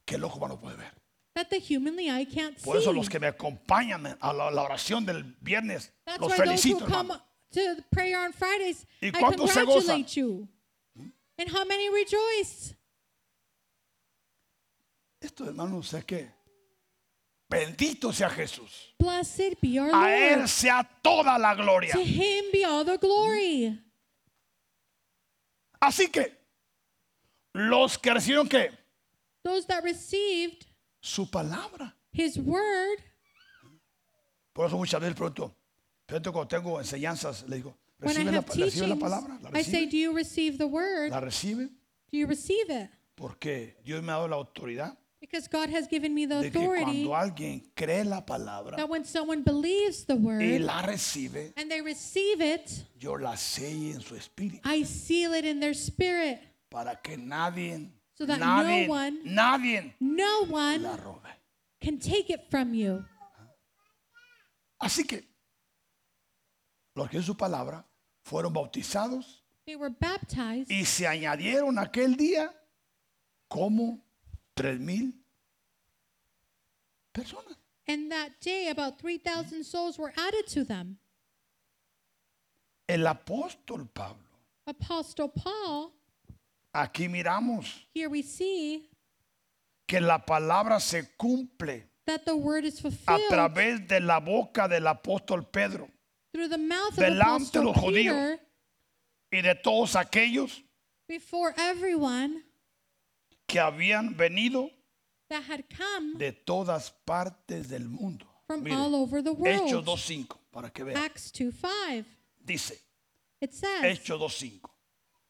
A: que el ojo humano puede ver.
B: that the humanly eye can't
A: Por
B: see.
A: eso los que me acompañan a la, la oración del viernes,
B: That's
A: los
B: why
A: felicito.
B: those who come
A: hermano.
B: to the prayer on Fridays,
A: ¿Y
B: I
A: cuántos se gozan?
B: congratulate you. And how many rejoice?
A: Esto, hermano, sé que bendito sea Jesús.
B: Blessed be our
A: A Él
B: Lord.
A: sea toda la gloria.
B: To Him be all the glory.
A: Así que los que recibieron que
B: Those that received
A: su palabra.
B: His word,
A: Por eso muchas veces pregunto, pregunto cuando tengo enseñanzas, le digo,
B: when I
A: ¿recibe la,
B: have
A: recibe la
B: teachings,
A: palabra? ¿La
B: I say,
A: recibe?
B: Do you receive the word?
A: ¿La recibe?
B: Do you receive it?
A: Porque Dios me ha dado la autoridad
B: Because God has given me the
A: de que
B: authority
A: cuando alguien cree la palabra
B: that when someone believes the
A: y
B: word
A: la recibe,
B: and they receive it,
A: yo la sellé en su espíritu
B: I seal it in their spirit.
A: para que nadie,
B: So that
A: nadie,
B: no one-
A: nadie
B: No one
A: la robe.
B: can take it from you.
A: Así que los que en su palabra fueron bautizados
B: They were baptized,
A: y se añadieron aquel día como tres mil personas.
B: and that day about 3,000 souls were added to them.
A: El apóstol Pablo.
B: Apostle Paul,
A: Aquí miramos
B: here we see
A: que la palabra se cumple
B: that the word is
A: Ah, a
B: fulfilled
A: través de la boca del apóstol Pedro
B: through the mouth of
A: delante de
B: Apostle
A: los judíos
B: Peter
A: y de todos aquellos
B: before everyone
A: que habían venido
B: that had come
A: de todas partes del mundo.
B: from
A: Mire,
B: all over the
A: Hechos
B: world.
A: 2.5, para que vean.
B: Acts 2 5.
A: Dice,
B: It says,
A: Hechos 2.5.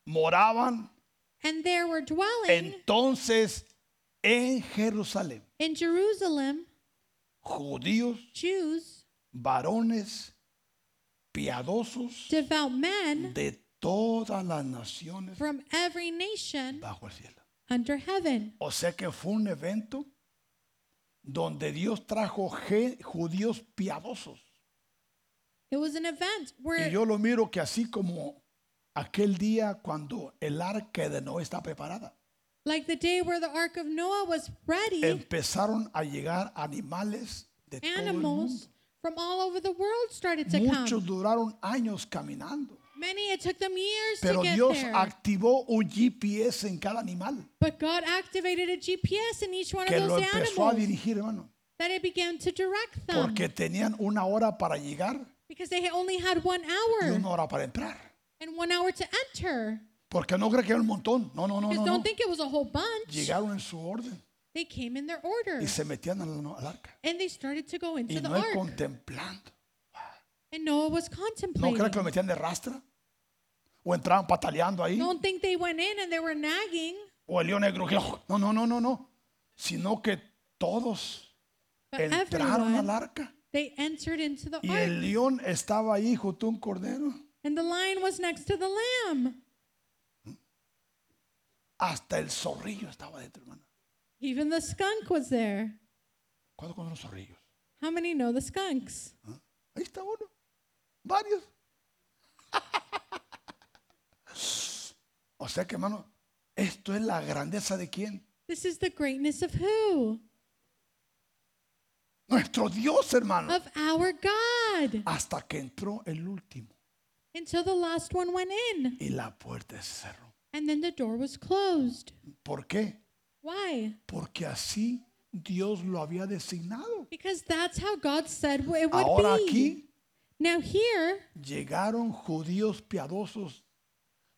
A: Moraban
B: And there were dwelling
A: entonces en Jerusalén
B: in Jerusalem
A: judíos,
B: Jews,
A: varones, piadosos
B: devout men
A: de todas las naciones
B: from every nation
A: bajo el cielo.
B: under heaven.
A: O sea que fue un evento donde Dios trajo ge- judíos piadosos.
B: It was an event
A: Y
B: where
A: yo lo miro que así como aquel día cuando el arca de Noé está preparada,
B: Like the day where the Ark of Noah was ready,
A: empezaron a llegar animales de todo el mundo.
B: animals from all over the world started to
A: Muchos
B: come.
A: duraron años caminando,
B: Many, it took them years to
A: pero
B: get
A: Dios
B: there.
A: activó un GPS en cada animal
B: But God activated a GPS in each one
A: que
B: of
A: lo
B: those
A: empezó a
B: animals
A: dirigir, hermano,
B: that it began to direct them
A: porque tenían una hora para llegar
B: because they had only had one
A: y
B: hour
A: una hora para entrar.
B: and one hour to enter.
A: Porque no cree que era un montón, no, no, no,
B: Because
A: no,
B: don't
A: no.
B: think it was a whole bunch.
A: Llegaron en su orden
B: They came in their order
A: y se metían al, al arca
B: and they started to go
A: y
B: into the
A: no
B: ark.
A: contemplando.
B: And Noah was
A: ¿No crees que
B: contemplating.
A: lo metían de rastra? ¿O entraban pataleando ahí?
B: Don't think they went in and they were nagging.
A: ¿O el león negro? que- No, no, no, no, no. Sino que todos
B: But
A: entraron
B: everyone
A: al arca.
B: They entered into the
A: Y
B: ark,
A: el león estaba ahí junto a un cordero.
B: and the lion was next to the lamb.
A: Hasta el zorrillo estaba dentro, hermano.
B: Even the skunk was there.
A: ¿Cuándo con los zorrillos?
B: How many know the skunks?
A: ¿Ah? Ahí está uno. Varios. o sea que, hermano, esto es la grandeza de quién?
B: This is the greatness of who?
A: Nuestro Dios, hermano.
B: Of our God.
A: Hasta que entró el último
B: Until the last one went in,
A: y la puerta se cerró.
B: and then the door was closed.
A: ¿Por qué?
B: Why?
A: Porque así Dios lo había designado.
B: Because that's how God said it would
A: Ahora
B: be.
A: aquí
B: now here,
A: llegaron judíos piadosos.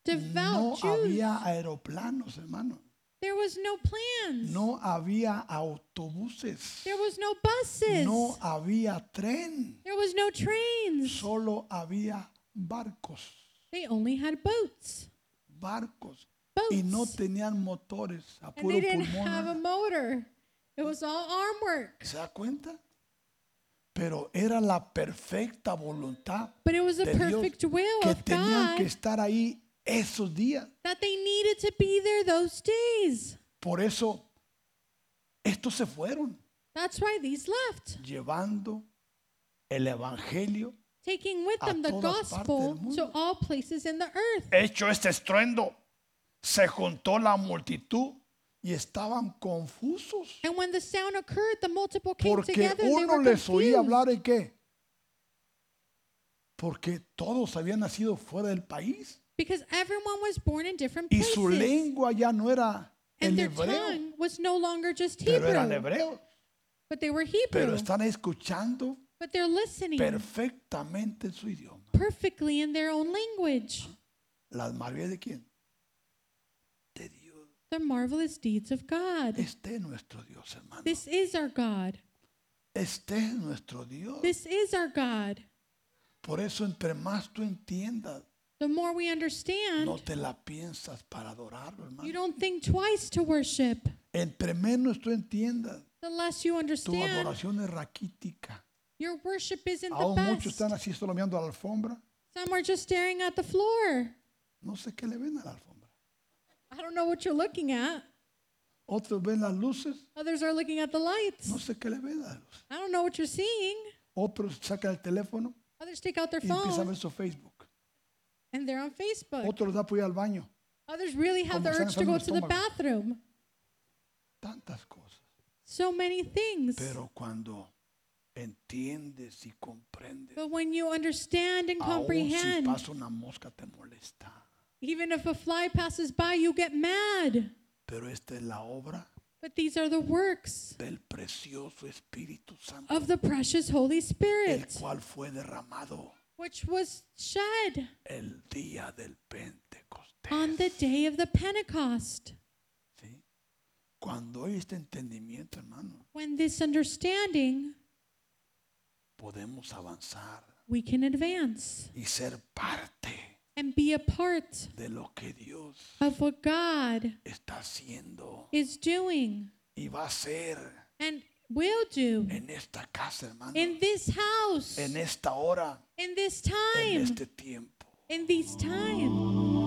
A: No
B: devout Jews,
A: había aeroplanos, hermano.
B: there was no plans.
A: No había autobuses.
B: There was no buses.
A: No había tren.
B: There was no trains.
A: Solo había barcos.
B: They only had boats.
A: Barcos.
B: Boats.
A: Y no tenían motores a
B: and
A: puro
B: they didn't
A: pulmón. ¿eh?
B: have
A: nada.
B: a motor. It was all arm work.
A: ¿Se da cuenta? Pero era la perfecta voluntad
B: But it was a
A: de Dios
B: perfect will
A: que
B: of
A: tenían
B: God
A: que estar ahí esos días.
B: that they needed to be there those days.
A: Por eso, estos se fueron
B: That's why these left,
A: llevando el Evangelio,
B: taking with
A: A
B: them the
A: todas partes del
B: gospel to
A: mundo.
B: all places in the earth.
A: hecho este estruendo. Se juntó la multitud y estaban confusos
B: And when the sound occurred, the multiple came
A: porque
B: together and they
A: uno
B: were
A: les oía hablar
B: confused.
A: en qué. Porque todos habían nacido fuera del país
B: Because everyone was born in different
A: y su
B: places.
A: lengua ya no era
B: And
A: el
B: their
A: hebreo,
B: tongue was no longer just
A: pero eran
B: Hebrew,
A: hebreos.
B: but they were
A: Pero
B: Hebrew.
A: están escuchando
B: But they're listening
A: perfectamente en su idioma.
B: perfectly in their own language.
A: ¿Las maravillas de quién? De Dios.
B: the marvelous deeds of God.
A: Este es nuestro Dios, hermano.
B: This is our God.
A: Este es nuestro Dios.
B: This is our God.
A: Por eso, entre más tú entiendas,
B: The more we
A: no
B: understand,
A: te la piensas para adorarlo,
B: you
A: hermano.
B: don't think twice to worship.
A: Entre menos tú entiendas,
B: The less you
A: tu
B: understand,
A: adoración es raquítica.
B: your worship isn't
A: Aún
B: the
A: muchos
B: best.
A: están así solomeando a la alfombra.
B: Some are just staring at the floor.
A: No sé qué le ven a la alfombra.
B: I don't know what you're looking at.
A: Otros ven las luces.
B: Others are looking at the
A: No
B: lights.
A: sé qué le ven a las luces.
B: I don't know what you're seeing.
A: Otros sacan el teléfono
B: Others take out their
A: y empiezan a ver
B: phone
A: su Facebook.
B: and they're on Facebook.
A: Otros da por ir al baño.
B: Others really have the
A: Como están
B: urge to
A: enfermos
B: go
A: del
B: to the
A: estómago.
B: bathroom.
A: Tantas cosas.
B: So many things.
A: Pero cuando entiendes y comprendes,
B: But when you understand and
A: aún si
B: comprehend,
A: pasa una mosca te molesta.
B: Even if a fly passes by, you get mad.
A: Pero esta es la obra
B: But these are the works
A: del precioso Espíritu Santo,
B: of the precious Holy
A: el
B: Spirit,
A: cual fue derramado
B: which was shed
A: el día del Pentecostés.
B: on the day of the Pentecost.
A: ¿sí? Cuando hay este entendimiento, hermano,
B: When this understanding,
A: podemos avanzar
B: we can advance
A: y ser parte
B: and be a part
A: de lo que Dios
B: of what God
A: está haciendo
B: is doing
A: y va a hacer
B: and will do
A: en esta casa, hermano,
B: in this house,
A: en esta hora,
B: in this
A: en
B: time,
A: este tiempo.
B: in these times.